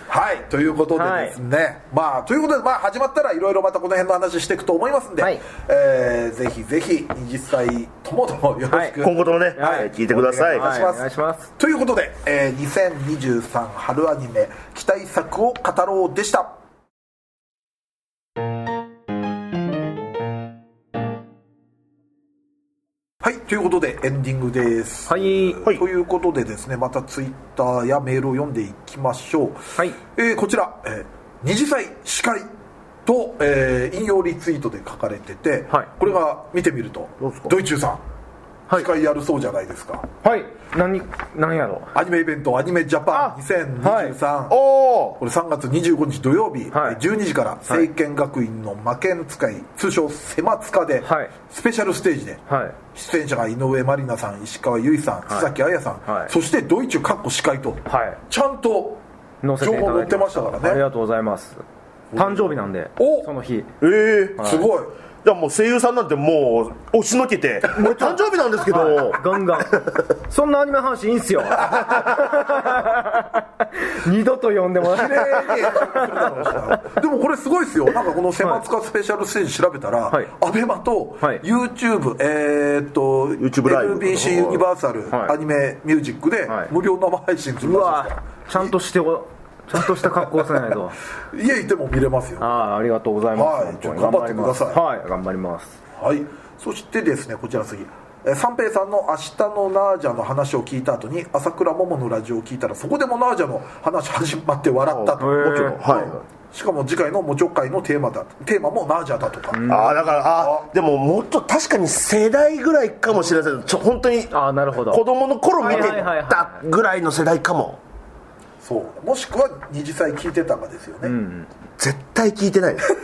Speaker 1: はいということでですね、まあということでまあ始まったらいろいろまたこの辺の話していくと思いますんで、
Speaker 2: はい
Speaker 1: えーぜひぜひ20歳ともともよろしく、
Speaker 3: 今後ともね、
Speaker 2: はい
Speaker 3: 聞いてください、
Speaker 1: 願いします
Speaker 2: お願いします
Speaker 1: ということで、えー2023春アニメ期待作を語ろうでしたはいということでエンディングです、
Speaker 2: はい
Speaker 3: はい
Speaker 1: ということでですねまたツイッターやメールを読んでいきましょう、
Speaker 2: はい
Speaker 1: えーこちら、えー二次祭司会と、えー引用リツイートで書かれてて、
Speaker 2: はい
Speaker 1: これが見てみると
Speaker 2: どうですか
Speaker 1: ドイチューさん、
Speaker 2: はい
Speaker 1: 司会やるそうじゃないですか
Speaker 2: はい何何やろ
Speaker 1: アニメイベントアニメジャパン2023、
Speaker 3: おお
Speaker 1: これ3月25日土曜日、
Speaker 2: はい
Speaker 1: 12時から聖剣学院の魔剣使い通称セマツカで、
Speaker 2: はい
Speaker 1: スペシャルステージで
Speaker 2: はい
Speaker 1: 出演者が井上まりなさん石川由依さん須崎彩さん、
Speaker 2: はい
Speaker 1: そしてドイチューかっこ司会と、
Speaker 2: はい
Speaker 1: ちゃんと
Speaker 2: 載せ
Speaker 1: 情
Speaker 2: ていた
Speaker 1: 報
Speaker 2: だ
Speaker 1: 載
Speaker 2: い
Speaker 1: って
Speaker 2: て
Speaker 1: ましたか
Speaker 2: あり
Speaker 1: らね
Speaker 2: がとうございます誕生日なんで
Speaker 1: お
Speaker 2: その日
Speaker 3: ええ
Speaker 1: すごい
Speaker 3: じゃあもう声優さんなんてもう押しの
Speaker 2: [LAUGHS]
Speaker 3: けて「俺誕生日なんですけど、
Speaker 2: ガンガ [LAUGHS] ンそんなアニメの話いいんすよ [LAUGHS] 二度と呼んでもらえ
Speaker 1: 綺麗に [LAUGHS] でもこれすごいですよなんかこの「セマツカスペシャルステージ」調べたら、
Speaker 2: はい
Speaker 1: アベマと
Speaker 2: はい
Speaker 1: YouTube、えーっと
Speaker 3: YouTube ライブ
Speaker 1: NBC ユニバーサル、
Speaker 2: はい
Speaker 1: アニメミュージックで
Speaker 2: はい
Speaker 1: 無料生配信する
Speaker 2: う
Speaker 1: らしいですか
Speaker 2: わちゃんとしておちゃんとした格好をせないと
Speaker 1: ら家いても見れますよ
Speaker 2: ああありがとうございま
Speaker 1: は
Speaker 2: す、
Speaker 1: い
Speaker 2: 本当に
Speaker 1: ちょっと頑張ってください
Speaker 2: 頑張りますはい頑張ります
Speaker 1: はい、そしてですねこちら次えー三平さんの「明日のナージャ」の話を聞いた後に朝倉桃のラジオを聞いたらそこでもナージャの話始まって笑ったと、
Speaker 2: へー
Speaker 3: もちろんは
Speaker 1: しかも次回の「もちょ会」のテーマだテーマもナージャだとか、
Speaker 3: い、ああだからあーでももっと確かに世代ぐらいかもしれませんちょ本当に
Speaker 2: ああなるほど
Speaker 3: 子供の頃見て
Speaker 2: はいはいはい
Speaker 3: た
Speaker 2: はい
Speaker 3: ぐらいの世代かも
Speaker 1: そうもしくは二次祭聞いてたかですよね、
Speaker 3: 絶対聞いて
Speaker 2: [LAUGHS]
Speaker 3: ないです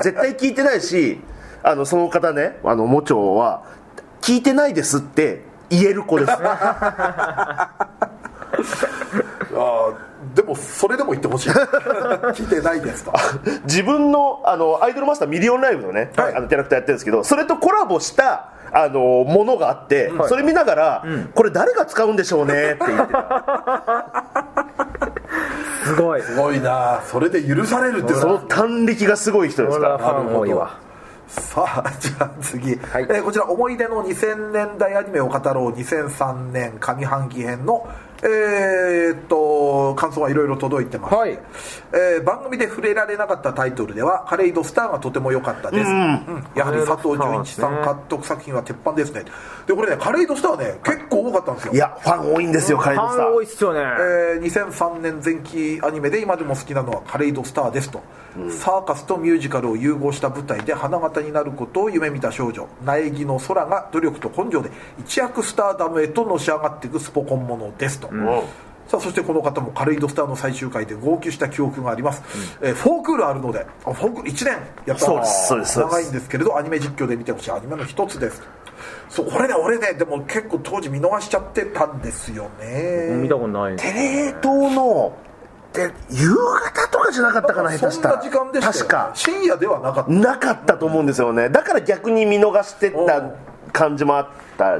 Speaker 3: 絶対聞いてないしあのその方ねあのもちょは「聞いてないです」って言える子です
Speaker 1: あーでもそれでも言ってほしい [LAUGHS] 聞いてないですと
Speaker 3: [LAUGHS] 自分のあのアイドルマスターミリオンライブのね、
Speaker 1: はい
Speaker 3: あのキャラクターやってるんですけどそれとコラボしたあのものがあって、
Speaker 2: はい
Speaker 3: それ見ながら、これ誰が使うんでしょうねって
Speaker 1: [LAUGHS]
Speaker 3: 言ってた
Speaker 2: すごい
Speaker 1: すごいなそれで許されるって
Speaker 3: その短力がすごい人です
Speaker 2: これ
Speaker 3: か
Speaker 2: は
Speaker 3: ら
Speaker 2: ファン多いわ
Speaker 1: さあじゃあ次、
Speaker 2: い
Speaker 1: えーこちら思い出の2000年代アニメを語ろう2003年上半期編のえーっと感想はいろいろ届いてます、
Speaker 2: はい
Speaker 1: えー番組で触れられなかったタイトルでは「カレイドスター」がとても良かったです、うんやはり佐藤純一さん監督作品は鉄板ですねでこれね「カレイドスターね」結構多かったんですよ
Speaker 3: いやファン多いんですよカレ
Speaker 2: フ
Speaker 3: ンさ
Speaker 2: ァン多いっすよね、
Speaker 1: えー2003年前期アニメで今でも好きなのは「カレイドスター」ですと、サーカスとミュージカルを融合した舞台で花形になることを夢見た少女苗木の空が努力と根性で一躍スターダムへとのし上がっていくスポコンものですと、さあそしてこの方も「カレイドスター」の最終回で号泣した記憶があります、えーフォークールあるのであフォークール1年やった
Speaker 3: そうですそうですそうです
Speaker 1: 長いんですけれどアニメ実況で見てほしいアニメの一つですそうこれね俺ねでも結構当時見逃しちゃってたんですよね
Speaker 2: 見たことない
Speaker 3: テレ東ので夕方とかじゃなかったかな下手
Speaker 1: そ
Speaker 3: し
Speaker 1: ん
Speaker 3: た
Speaker 1: な
Speaker 3: ら
Speaker 1: 時間でしたよ
Speaker 3: 確か
Speaker 1: 深夜ではなかった
Speaker 3: なかったと思うんですよねだから逆に見逃してた感じもあった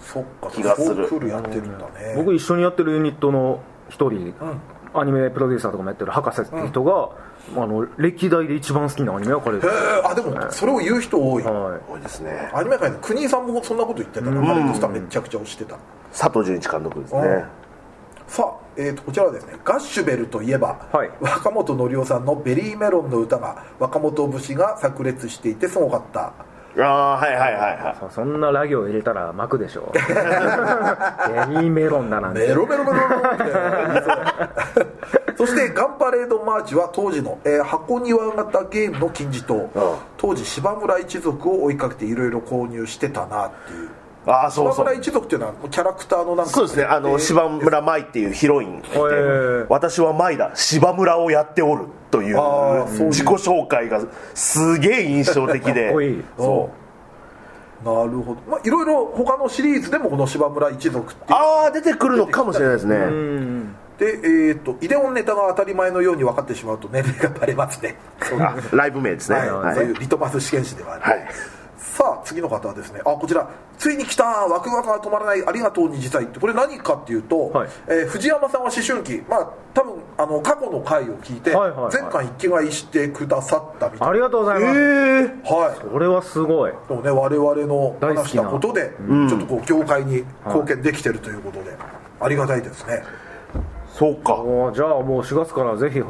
Speaker 1: そっか
Speaker 3: 気がする
Speaker 1: フォークールやってるんだね
Speaker 2: 僕一緒にやってるユニットの一人、アニメプロデューサーとかもやってる博士って人が、あの歴代で一番好きなアニメはこれです、
Speaker 1: えーあでもそれを言う人多い、
Speaker 2: は
Speaker 3: 多いですね
Speaker 1: アニメ界の国井さんもそんなこと言ってたな、ハリウッドスターめちゃくちゃ推してた
Speaker 3: 佐藤純一監督ですね、
Speaker 1: うんさあ、えー、とこちらはですねガッシュベルといえば、
Speaker 2: はい
Speaker 1: 若本のりおさんの「ベリーメロン」の歌が若本節が炸裂していてすごかった
Speaker 3: ああはいはいはいはい
Speaker 2: い、そんなラ行入れたら巻くで
Speaker 1: [LAUGHS]
Speaker 2: しょベリーメロンだなん
Speaker 1: メ
Speaker 2: て
Speaker 3: [LAUGHS]
Speaker 1: ロメロメロメロってそしてガンパレードマーチは当時の、えー箱庭型ゲームの金字塔
Speaker 3: あ
Speaker 1: 当時芝村一族を追いかけていろいろ購入してたなっていう
Speaker 3: ああそう
Speaker 1: 芝
Speaker 3: そ
Speaker 1: 村
Speaker 3: う
Speaker 1: 一族っていうのはキャラクターのなんか
Speaker 3: そうですねあの芝村舞っていうヒロイン
Speaker 2: へー
Speaker 3: 私は舞だ芝村をやっておるという
Speaker 1: あーそういう
Speaker 3: 自己紹介がすげえ印象的で
Speaker 2: [LAUGHS] かっこいい
Speaker 3: そう
Speaker 1: なるほどまあいろいろ他のシリーズでもこの芝村一族って
Speaker 3: ああ出てくるのかもしれないですね
Speaker 1: でえー、とイデオンネタが当たり前のように分かってしまうと年齢がバレますねそう
Speaker 3: あライブ名ですね、
Speaker 1: は、
Speaker 3: はいい
Speaker 1: そういうリトマス試験紙ではある、
Speaker 3: はい
Speaker 1: さあ次の方はですねあこちらついに来たワクワクが止まらないありがとう二次祭ってこれ何かっていうと、
Speaker 2: はい
Speaker 1: えー藤山さんは思春期まあ多分あの過去の回を聞いて、
Speaker 2: はいはいはい
Speaker 1: 前回一気買いしてくださったみたい
Speaker 2: ありがとうございます、
Speaker 1: なはい
Speaker 2: これはすごい
Speaker 1: でもね我々の
Speaker 2: 大好
Speaker 1: 話し
Speaker 2: きな
Speaker 1: たことで、ちょっとこう業界に貢献できてるということで、ありがたいですね
Speaker 3: そうか
Speaker 2: おーじゃあもう4月からぜひ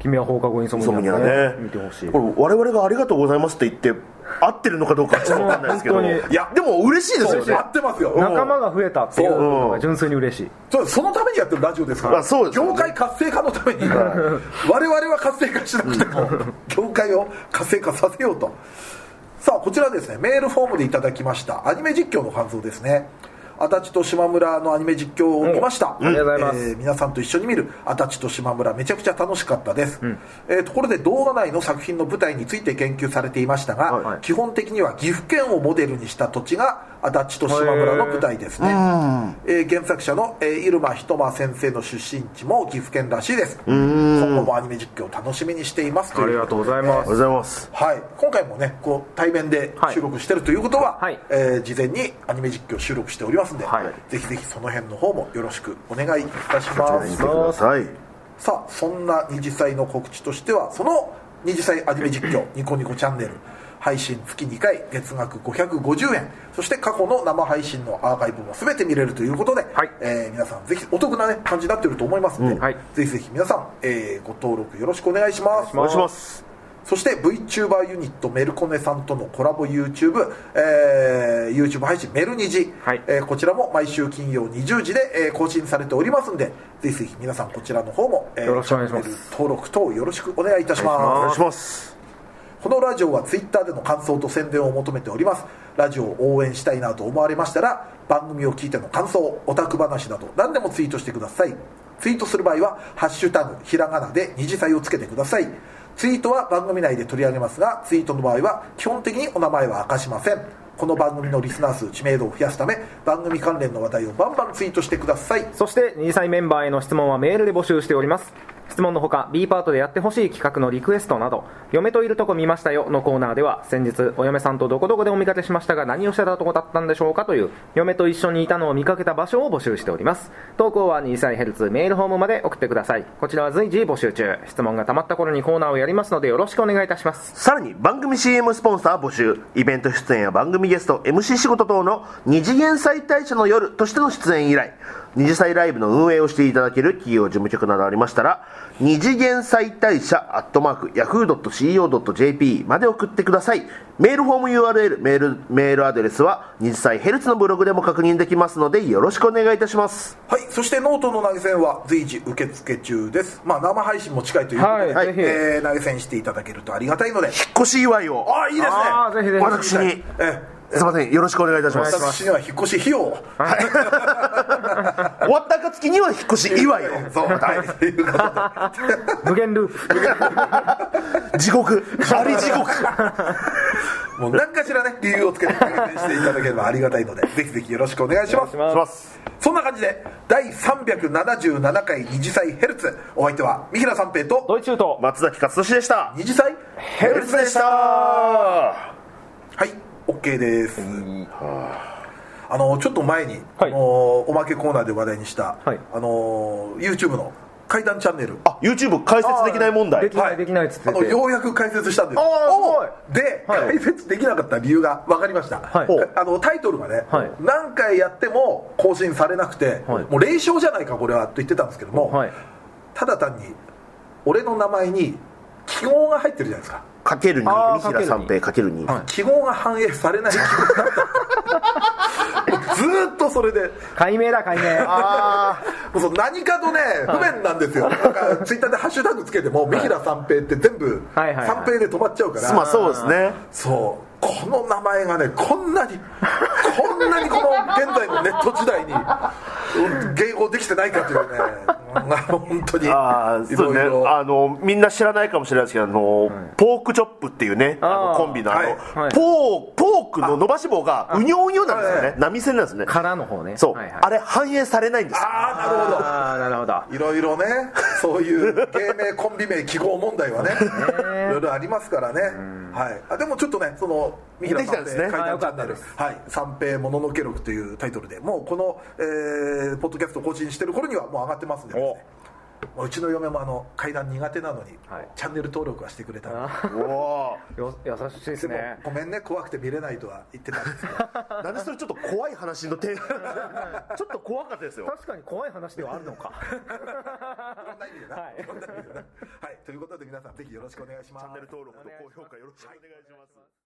Speaker 2: 君は放課後インソ
Speaker 3: そ
Speaker 2: ム
Speaker 3: う
Speaker 2: ニ
Speaker 3: に
Speaker 2: ア
Speaker 3: は
Speaker 2: ね
Speaker 3: ね
Speaker 2: 見てほしい
Speaker 3: これ我々がありがとうございますって言って合ってるのかどうかちょっと分かんないですけど
Speaker 2: 本当に
Speaker 3: いやでも嬉しいです
Speaker 1: そう
Speaker 3: よ
Speaker 1: 合
Speaker 3: ね
Speaker 1: ってますよ
Speaker 2: 仲間が増えたっていうのが純粋に嬉しい
Speaker 1: そうそのためにやってるラジオですから
Speaker 3: あそうですよね
Speaker 1: 業界活性化のために我々は活性化しなくて
Speaker 3: [LAUGHS]
Speaker 1: も業界を活性化させようとさあこちらですねメールフォームでいただきましたアニメ実況の感想ですね足立と島村のアニメ実況を見ました、
Speaker 2: うんありがとうございます
Speaker 1: えー皆さんと一緒に見る足立と島村めちゃくちゃ楽しかったです、えーところで動画内の作品の舞台について研究されていましたが、
Speaker 2: はい
Speaker 1: 基本的には岐阜県をモデルにした土地が足立と島村の舞台ですね、えー原作者の、えー入間ひとま先生の出身地も岐阜県らしいです今後もアニメ実況を楽しみにしていますという
Speaker 2: ありがとうございます
Speaker 3: ありがとうございます
Speaker 1: はい、今回もねこう対面で
Speaker 2: はい
Speaker 1: 収録してるということは、
Speaker 2: はい
Speaker 1: えー事前にアニメ実況収録しておりますんで、
Speaker 2: はい
Speaker 1: ぜひぜひその辺の方もよろしくお願いいたしま
Speaker 3: こちらに見
Speaker 1: す
Speaker 3: てください
Speaker 1: さあそんな二次祭の告知としてはその二次祭アニメ実
Speaker 2: [LAUGHS]
Speaker 1: 況ニコニコチャンネル配信月2回月額550円そして過去の生配信のアーカイブも全て見れるということで、
Speaker 2: はい
Speaker 1: えー皆さんぜひお得な、ね、感じになってると思いますので、
Speaker 2: うんはい
Speaker 1: ぜひぜひ皆さん、えーご登録よろしくお願いします
Speaker 2: お願いします
Speaker 1: そして VTuber ユニットメルコネさんとのコラボ YouTube、えー YouTube 配信メルニジ、
Speaker 2: はい
Speaker 1: えーこちらも毎週金曜20時で、えー更新されておりますんでぜひぜひ皆さんこちらの方も、えー
Speaker 2: よろしくお願いします
Speaker 1: チャンネル登録等よろしくお願いいたします
Speaker 3: お願いします
Speaker 1: このラジオは Twitter での感想と宣伝を求めておりますラジオを応援したいなと思われましたら番組を聞いての感想オタク話など何でもツイートしてくださいツイートする場合は「ハッシュタグひらがな」で二次祭をつけてくださいツイートは番組内で取り上げますがツイートの場合は基本的にお名前は明かしませんこの番組のリスナー数知名度を増やすため番組関連の話題をバンバンツイートしてください
Speaker 2: そして2歳メンバーへの質問はメールで募集しております質問のほか B パートでやってほしい企画のリクエストなど「嫁といるとこ見ましたよ」のコーナーでは先日お嫁さんとどこどこでお見かけしましたが何をしてたとこだったんでしょうかという嫁と一緒にいたのを見かけた場所を募集しております投稿は2歳ヘルツメールホームまで送ってくださいこちらは随時募集中質問がたまった頃にコーナーをやりますのでよろしくお願いいたします
Speaker 3: さらに番組 CM スポンサー募集イベント出演や番組ゲスト MC 仕事等の二次元再大社の夜としての出演以来二次祭ライブの運営をしていただける企業事務局などありましたら二次元再大社アットマーク yahoo.co.jp まで送ってくださいメールフォーム URL メールメールアドレスは二次祭ヘルツのブログでも確認できますのでよろしくお願いいたします
Speaker 1: はい、そしてノートの投げ銭は随時受付中です、まあ、生配信も近いということで、
Speaker 2: はいぜひ
Speaker 1: えー投げ銭していただけるとありがたいので
Speaker 3: 引っ越し祝いを
Speaker 1: ああいいですね
Speaker 2: あーぜひぜひ
Speaker 3: 私に
Speaker 1: え
Speaker 3: すいませんよろしくお願いいたします
Speaker 2: お願い
Speaker 1: 私
Speaker 2: します
Speaker 1: には引っ越し費用を
Speaker 3: 終わった暁には引っ越し祝いを
Speaker 1: そうはいということで
Speaker 2: 無限ルー
Speaker 1: [LAUGHS]
Speaker 2: プ
Speaker 3: 地獄あり地獄
Speaker 1: もう何かしらね理由をつけて投げ銭していただければありがたいので [LAUGHS] ぜひぜひよろしくお願いします
Speaker 3: します
Speaker 1: そんな感じで第377回二次祭ヘルツお相手は三平三平と
Speaker 2: ドイツ中東
Speaker 3: 松崎勝利でした
Speaker 1: 二次祭ヘ
Speaker 3: ヘルツでした
Speaker 1: はい OK ですあのちょっと前に、
Speaker 2: はい
Speaker 1: あのおまけコーナーで話題にした、
Speaker 2: はい
Speaker 1: あの YouTube の怪談チャンネル
Speaker 3: あ YouTube 解説できない問題
Speaker 2: できないできないっつって
Speaker 1: あの
Speaker 2: て
Speaker 1: ようやく解説したんです
Speaker 2: あーすごい
Speaker 1: おで、
Speaker 2: は
Speaker 1: 解
Speaker 2: い
Speaker 1: 説できなかった理由が分かりました、
Speaker 2: はい
Speaker 1: ほうあのタイトルがね、
Speaker 2: はい
Speaker 1: 何回やっても更新されなくて、
Speaker 2: はい
Speaker 1: もう連勝じゃないかこれはと言ってたんですけども、
Speaker 2: はい
Speaker 1: ただ単に俺の名前に記号が入ってるじゃないですか
Speaker 3: かける
Speaker 2: あー
Speaker 3: 2三平かける2
Speaker 1: 記号が反映されない記号だった
Speaker 2: [LAUGHS]
Speaker 1: ずーっとそれで
Speaker 2: 解明だ解明
Speaker 3: あ
Speaker 1: もうそう何かとね不便なんですよ、なんかツイッターでハッシュタグつけても三平三平って全部
Speaker 2: はいはいはい
Speaker 1: 三平で止まっちゃうから、
Speaker 3: あまあそうですね
Speaker 1: そうこの名前がねこんなにこんなにこの現在のネット時代に迎合できてないかというね [LAUGHS] うん本当に
Speaker 3: ああ
Speaker 1: い
Speaker 3: そう
Speaker 1: ろい
Speaker 3: ね
Speaker 1: ろ
Speaker 3: あのみんな知らないかもしれないですけどあの、ポークチョップっていうねあの
Speaker 2: あー
Speaker 3: コンビのあの、
Speaker 1: はい
Speaker 2: はい
Speaker 3: ポーポークの伸ばし棒がうにょうにょなんですよ
Speaker 1: はい
Speaker 3: ね波線なんですね
Speaker 2: からの方ね
Speaker 3: そう、
Speaker 2: はいはい
Speaker 3: あれ反映されないんですよ
Speaker 1: ああなるほど
Speaker 2: ああなるほど
Speaker 1: いろいろね [LAUGHS] そういう芸名コンビ名記号問題はねいろいろありますからね、はい、あでもちょっとねその三
Speaker 3: できたんですね
Speaker 1: 階段チャンネル
Speaker 2: あよかっ
Speaker 1: はい「三平もののけ録」というタイトルでもうこの、えーポッドキャスト更新してる頃にはもう上がってますんでですねまあうちの嫁もあの階段苦手なのに、
Speaker 2: はい
Speaker 1: チャンネル登録はしてく
Speaker 3: [LAUGHS]
Speaker 1: れたの
Speaker 2: あ
Speaker 3: お
Speaker 2: ーよ優しいです
Speaker 1: でも
Speaker 2: ね
Speaker 1: ごめんね怖くて見れないとは言ってたんですけど
Speaker 3: ーなんでそれちょっと怖い話の点ちょっと怖かったですよ
Speaker 2: 確かに怖い話ではあるのか
Speaker 1: いろんな意味でな、
Speaker 2: はい
Speaker 1: いろんな意味でなはいということで皆さんぜひよろしくお願いします
Speaker 3: チャンネル登録と高評価よろしくお願いします